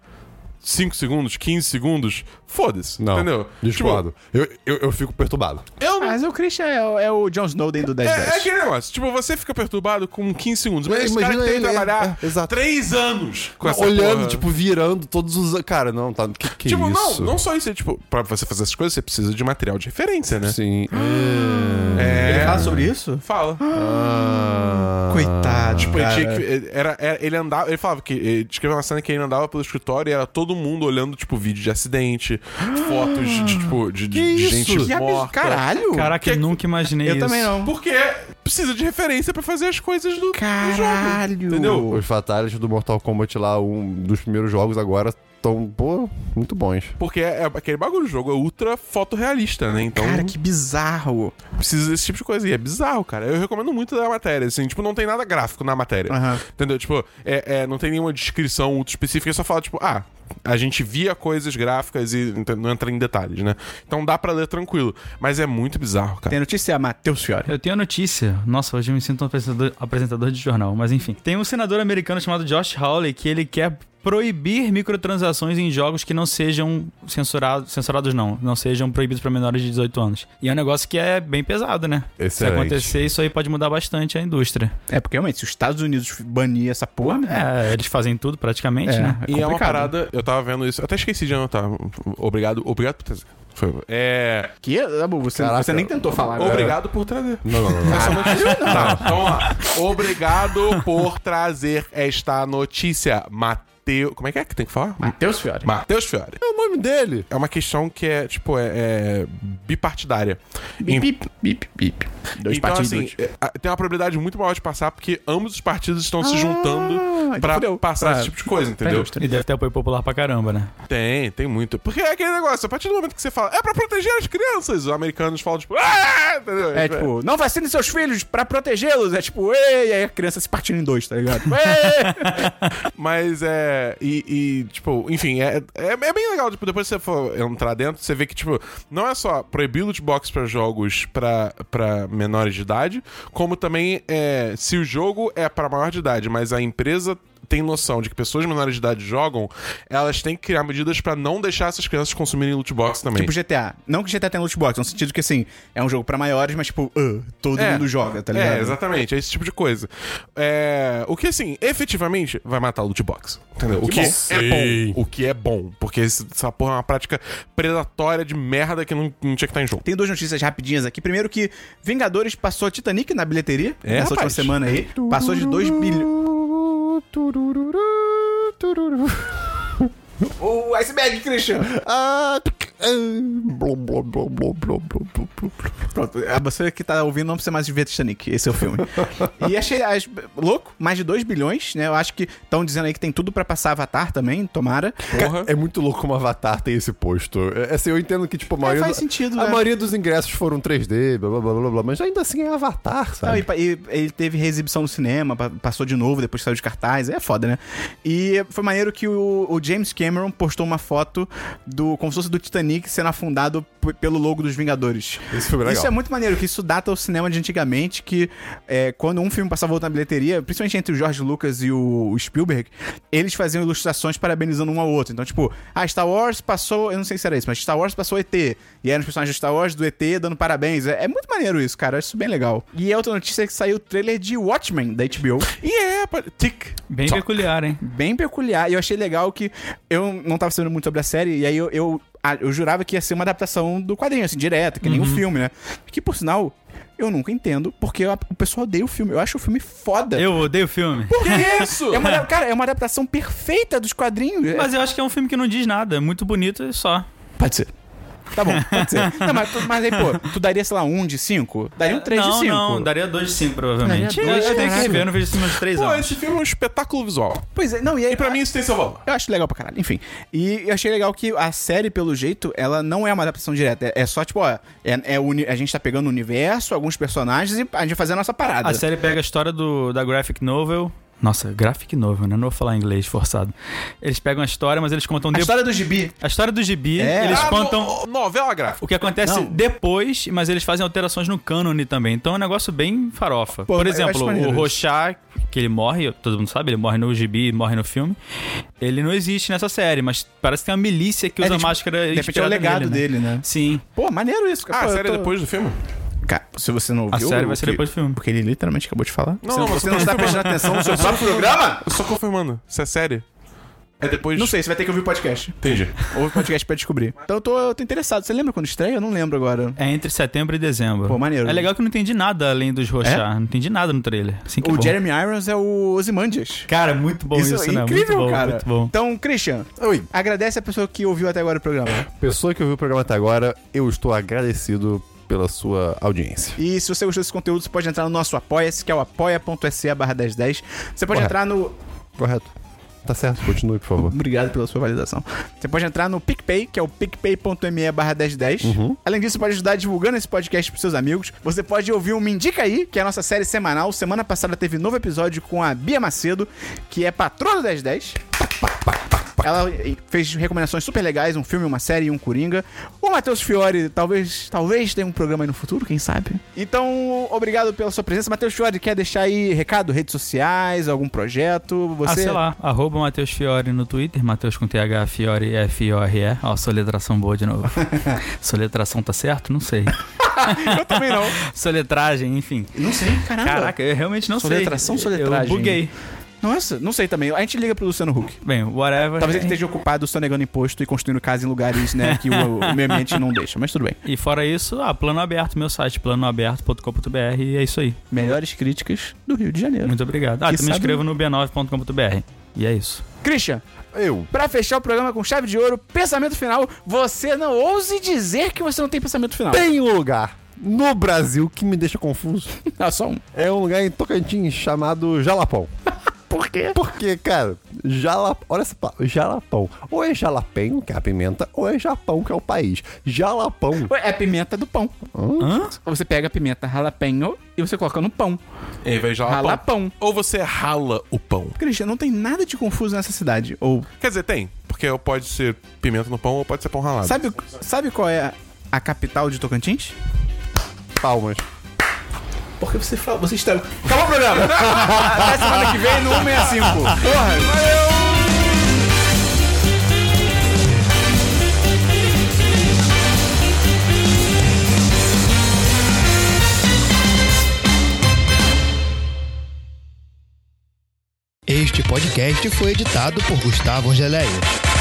5 segundos, 15 segundos, foda-se,
Não.
entendeu?
Discordo. Eu, eu, eu fico perturbado.
Tipo, eu não
Mas o Christian é, o- é o Jon Snow dentro do 10
é, é aquele negócio. Tipo, você fica perturbado com 15 segundos. Mas
É,
esse cara
imagina
que tem que
ele, é.
trabalhar
É, exato.
3 anos com essa
Olhando,
porra.
tipo, virando todos os. Cara, não, tá. Que, que
Tipo,
isso?
não, não só isso. é, Tipo, pra você fazer essas coisas, você precisa de material de referência, né?
Sim.
Ele
É.
fala sobre isso?
Fala.
Ah.
Coitado.
Tipo, ele,
cara.
tinha que- ele- era, era- ele andava, ele falava que ele descreveu uma cena que ele andava pelo escritório e era todo mundo olhando, tipo, vídeo de acidente, fotos de, tipo, de, de- de
Ah, isso?
gente
Que abs-
morta.
Caralho!
Caraca, eu
que-
nunca imaginei
é. eu
isso.
também não.
Porque precisa de referência pra fazer as coisas do, do jogo.
Caralho!
Entendeu?
Os fatalities do Mortal Kombat lá, um dos primeiros jogos agora, tão, pô, muito bons.
Porque é aquele bagulho, o jogo é ultra fotorrealista, né? Então,
Cara, que bizarro.
precisa desse tipo de coisa. E é bizarro, cara. Eu recomendo muito da matéria, assim. Tipo, não tem nada gráfico na matéria.
Aham.
Entendeu? Tipo, é, é, não tem nenhuma descrição muito específica. Só fala, tipo, ah, a gente via coisas gráficas e ent- não entra em detalhes, né? Então dá pra ler tranquilo. Mas é muito bizarro, cara.
Tem notícia, Matheus Fiore.
Eu tenho a notícia. Nossa, hoje eu me sinto um apresentador, apresentador de jornal, mas enfim. Tem um senador americano chamado Josh Hawley que ele quer proibir microtransações em jogos que não sejam censurados, censurados não, não sejam proibidos para menores de 18 anos. E é um negócio que é bem pesado, né? Se
Excelente.
acontecer, isso aí pode mudar bastante a indústria.
É, porque realmente, se os Estados Unidos banir essa porra, né?
É, eles fazem tudo praticamente,
É.
né?
e é uma
complicado.
parada, eu tava vendo isso. eu Até esqueci de anotar. Obrigado, obrigado por trazer. Foi- É.
Que, Dabu, você,
Caraca.
você nem tentou falar. agora.
Obrigado por trazer.
Não, não, não. não.
Tá, então vamos lá. Obrigado por trazer esta notícia, Mateus. Como é que é que tem que falar?
Matheus Fiore.
Matheus Fiore.
é o nome dele.
É uma questão que é, tipo, é, é bipartidária.
Bip, bip, bip, bip. Dois
então,
partidos.
assim, é, a- tem uma probabilidade muito maior de passar, porque ambos os partidos estão se juntando
então
pra
fudeu. tá
passar
Pra-
esse tipo de coisa, entendeu?
E deve ter apoio popular pra caramba, né?
Tem, tem muito. Porque é aquele negócio, a partir do momento que você fala, é pra proteger as crianças, os americanos falam, tipo, ah! entendeu?
É tipo, não vacine seus filhos pra protegê-los. É tipo, ei, aí a criança se partindo em dois, tá ligado? Ei!
Mas é. E, e, tipo, enfim, é, é, é bem legal. Tipo, depois que você for entrar dentro, você vê que, tipo, não é só proibir loot box pra jogos pra, pra menores de idade, como também é, se o jogo é pra maior de idade, mas a empresa tem noção de que pessoas menores de idade jogam, elas têm que criar medidas pra não deixar essas crianças consumirem loot box também.
tipo GTA. Não que GTA tenha loot box, no sentido que, assim, é um jogo pra maiores, mas tipo, ah, todo
É.
mundo joga, tá ligado?
É, exatamente, é esse tipo de coisa. É, o que, assim, efetivamente vai matar o loot box. Entendeu? O
Que
que
bom.
é bom. O que é bom. Porque esse- essa porra é uma prática predatória de merda que não, não tinha que estar em jogo.
Tem duas notícias rapidinhas aqui. Primeiro que Vingadores passou Titanic na bilheteria
É,
nessa última
rapaz.
semana aí. Passou de 2 bilhões.
Tururu, tururu.
O iceberg, Christian!
Ah, tuc, ah, blum, blum, blum, blum, blum, blum, blum, blum.
Pronto, a você que tá ouvindo não precisa mais ver Titanic, esse é o filme. e achei as- louco, mais de 2 bilhões, né? Eu acho que estão dizendo aí que tem tudo pra passar Avatar também, tomara.
Porra.
É muito louco como Avatar tem esse posto. É, assim, eu entendo que, tipo, a maioria,
faz
do-
sentido,
a
né?
maioria dos ingressos foram 3D, blá, blá, blá, blá, blá, mas ainda assim é Avatar,
Não,
sabe?
e, pa- e ele teve reexibição no cinema, pa- passou de novo, depois saiu de cartaz, é foda, né? E foi maneiro que o, o James Cameron postou uma foto do, como se fosse do Titanic, Titanic sendo afundado p- pelo logo dos Vingadores.
Esse filme é legal.
Isso é muito maneiro, que isso data o cinema de antigamente, que é, quando um filme passava outro na bilheteria, principalmente entre o George Lucas e o, o Spielberg, eles faziam ilustrações parabenizando um ao outro. Então, tipo, ah, Star Wars passou, eu não sei se era isso, mas Star Wars passou ET. E eram os personagens do Star Wars, do ET, dando parabéns. É, é muito maneiro isso, cara. Eu acho isso bem legal. E a outra notícia é que saiu o trailer de Watchmen, da HBO.
E é, pa- tic.
Bem peculiar, hein?
bem peculiar. E eu achei legal que eu não tava sabendo muito sobre a série, e aí eu, eu, a- eu jurava que ia ser uma adaptação do quadrinho, assim, direta, que nem
Uhum.
um filme, né? Que, por sinal, eu nunca entendo, porque a- o pessoal odeia o filme. Eu acho o filme foda.
Eu odeio o filme.
É. Por que isso? É uma, adap- cara, é uma adaptação perfeita dos quadrinhos. É-
Mas eu acho que é um filme que não diz nada, é muito bonito e só.
Pode ser. Tá bom, pode ser. Não, mas, tu- mas aí, pô, tu daria, sei lá, um de cinco? Daria um três de
É, não,
cinco.
não, daria 2 de 5, provavelmente.
Daria dois,
eu, eu tenho que
caralho.
rever, eu não vejo esse filme de 3
Pô,
anos.
esse filme é um espetáculo visual.
Pois é, não, e aí...
E pra mim isso tem seu valor.
Eu acho legal pra caralho. Enfim. E eu achei legal que a série, pelo jeito, ela não é uma adaptação direta. É, é só, tipo, ó, é, é o uni- a gente tá pegando o universo, alguns personagens e a gente vai fazer a nossa parada.
A série pega a história do, da graphic novel. Nossa, graphic novel, né? Não vou falar inglês forçado. Eles pegam a história, mas eles contam
A
depois.
história do gibi.
A história do gibi,
É.
eles
Ah,
contam
no- novela gráfica.
o que acontece
Não.
depois, mas eles fazem alterações no cânone também. Então é um negócio bem farofa.
Pô,
Por
eu acho
exemplo,
maneiro
o
isso.
Rochar, que ele morre, todo mundo sabe, ele morre no gibi, morre no filme. Ele não existe nessa série, mas parece que tem uma milícia que
É,
usa
tipo,
máscara
de repente é o
inspirada
legado
nele,
dele, né?
Sim.
Pô, maneiro isso, cara.
Ah, a
Pô, eu
série
tô-
é depois do filme?
Cara, se você não
A
viu...
série vai
o
ser
que-
depois do filme.
Porque ele literalmente acabou de falar. você
Não, não,
não,
mas
você não está prestando atenção no seu próprio programa?
Só confirmando, se é série. É depois.
Não sei, você vai ter que ouvir o podcast.
Entendi.
Ouve o podcast pra descobrir. Então eu tô, eu tô interessado. Você lembra quando estreia? Eu não lembro agora.
É entre setembro e dezembro.
Pô, maneiro. É?
É legal que eu não entendi nada além dos Rochar. Não entendi nada no trailer. Assim que é
O
bom.
Jeremy Irons é o Ozymandias.
Cara, muito bom isso, né? muito bom, Muito bom.
é Então, Christian,
Oi.
agradece a pessoa que ouviu até agora o programa.
Pessoa que ouviu o programa até agora, eu estou agradecido pela sua audiência.
E se você gostou desse conteúdo, você pode entrar no nosso Apoia-se, que é o apoia.se barra 1010. Você pode
Correto.
entrar no...
Correto? Tá certo, continue, por favor.
Obrigado pela sua validação. Você pode entrar no PicPay, que é o picpay.me barra 1010. Além disso, você pode ajudar divulgando esse podcast pros seus amigos. Você pode ouvir o Me Indica Aí, que é a nossa série semanal. Semana passada teve novo episódio com a Bia Macedo, que é patrona do 1010. Ela fez recomendações super legais, um filme, uma série e um Coringa. O Matheus Fiore talvez, talvez tenha um programa aí no futuro, quem sabe? Então, obrigado pela sua presença. Matheus Fiore, quer deixar aí recado, redes sociais, algum projeto? Você...
Ah, sei lá, arroba Matheus Fiore no Twitter, Matheus com TH Fiore F-I-O-R-E. Ó, soletração boa de novo. soletração tá certo? Não sei.
Eu também não.
Soletragem, enfim.
Não sei, caramba.
Caraca, eu realmente não
Soletração,
sei.
soletragem.
Eu buguei.
Nossa, não sei também. A gente liga pro Luciano Huck.
Bem, whatever.
Talvez ele esteja ocupado sonegando imposto e construindo casa em lugares, né, que o, o meio ambiente não deixa, mas tudo bem.
E fora isso, ah, plano aberto, meu site, planoaberto.com.br, e é isso aí.
Melhores críticas do Rio de Janeiro.
Muito obrigado. Ah,
Que
também me
sabe-
inscrevo no b9.com.br. E é isso.
Christian,
Eu.
pra fechar o programa com chave de ouro, pensamento final, você não ouse dizer que você não tem pensamento final.
Tem um lugar no Brasil que me deixa confuso.
Ah, só um.
É um lugar em Tocantins chamado Jalapão.
Por quê?
Porque, cara, jala... olha essa palavra, jalapão. Ou é jalapeno, que é a pimenta, ou é Japão, que é o país. Jalapão.
É a pimenta do pão.
Hã?
Você pega a pimenta jalapeno e você coloca no pão.
Em vez de ralar pão.
Jalapão.
Ou você rala o pão.
Christian, não tem nada de confuso nessa cidade. Ou
Quer dizer, tem. Porque pode ser pimenta no pão ou pode ser pão ralado.
sabe, o- sabe qual é a capital de Tocantins?
Palmas.
Porque você fala, você está. Acabou o programa! Até semana que vem no 165. Porra!
Este podcast foi editado por Gustavo Angeléia.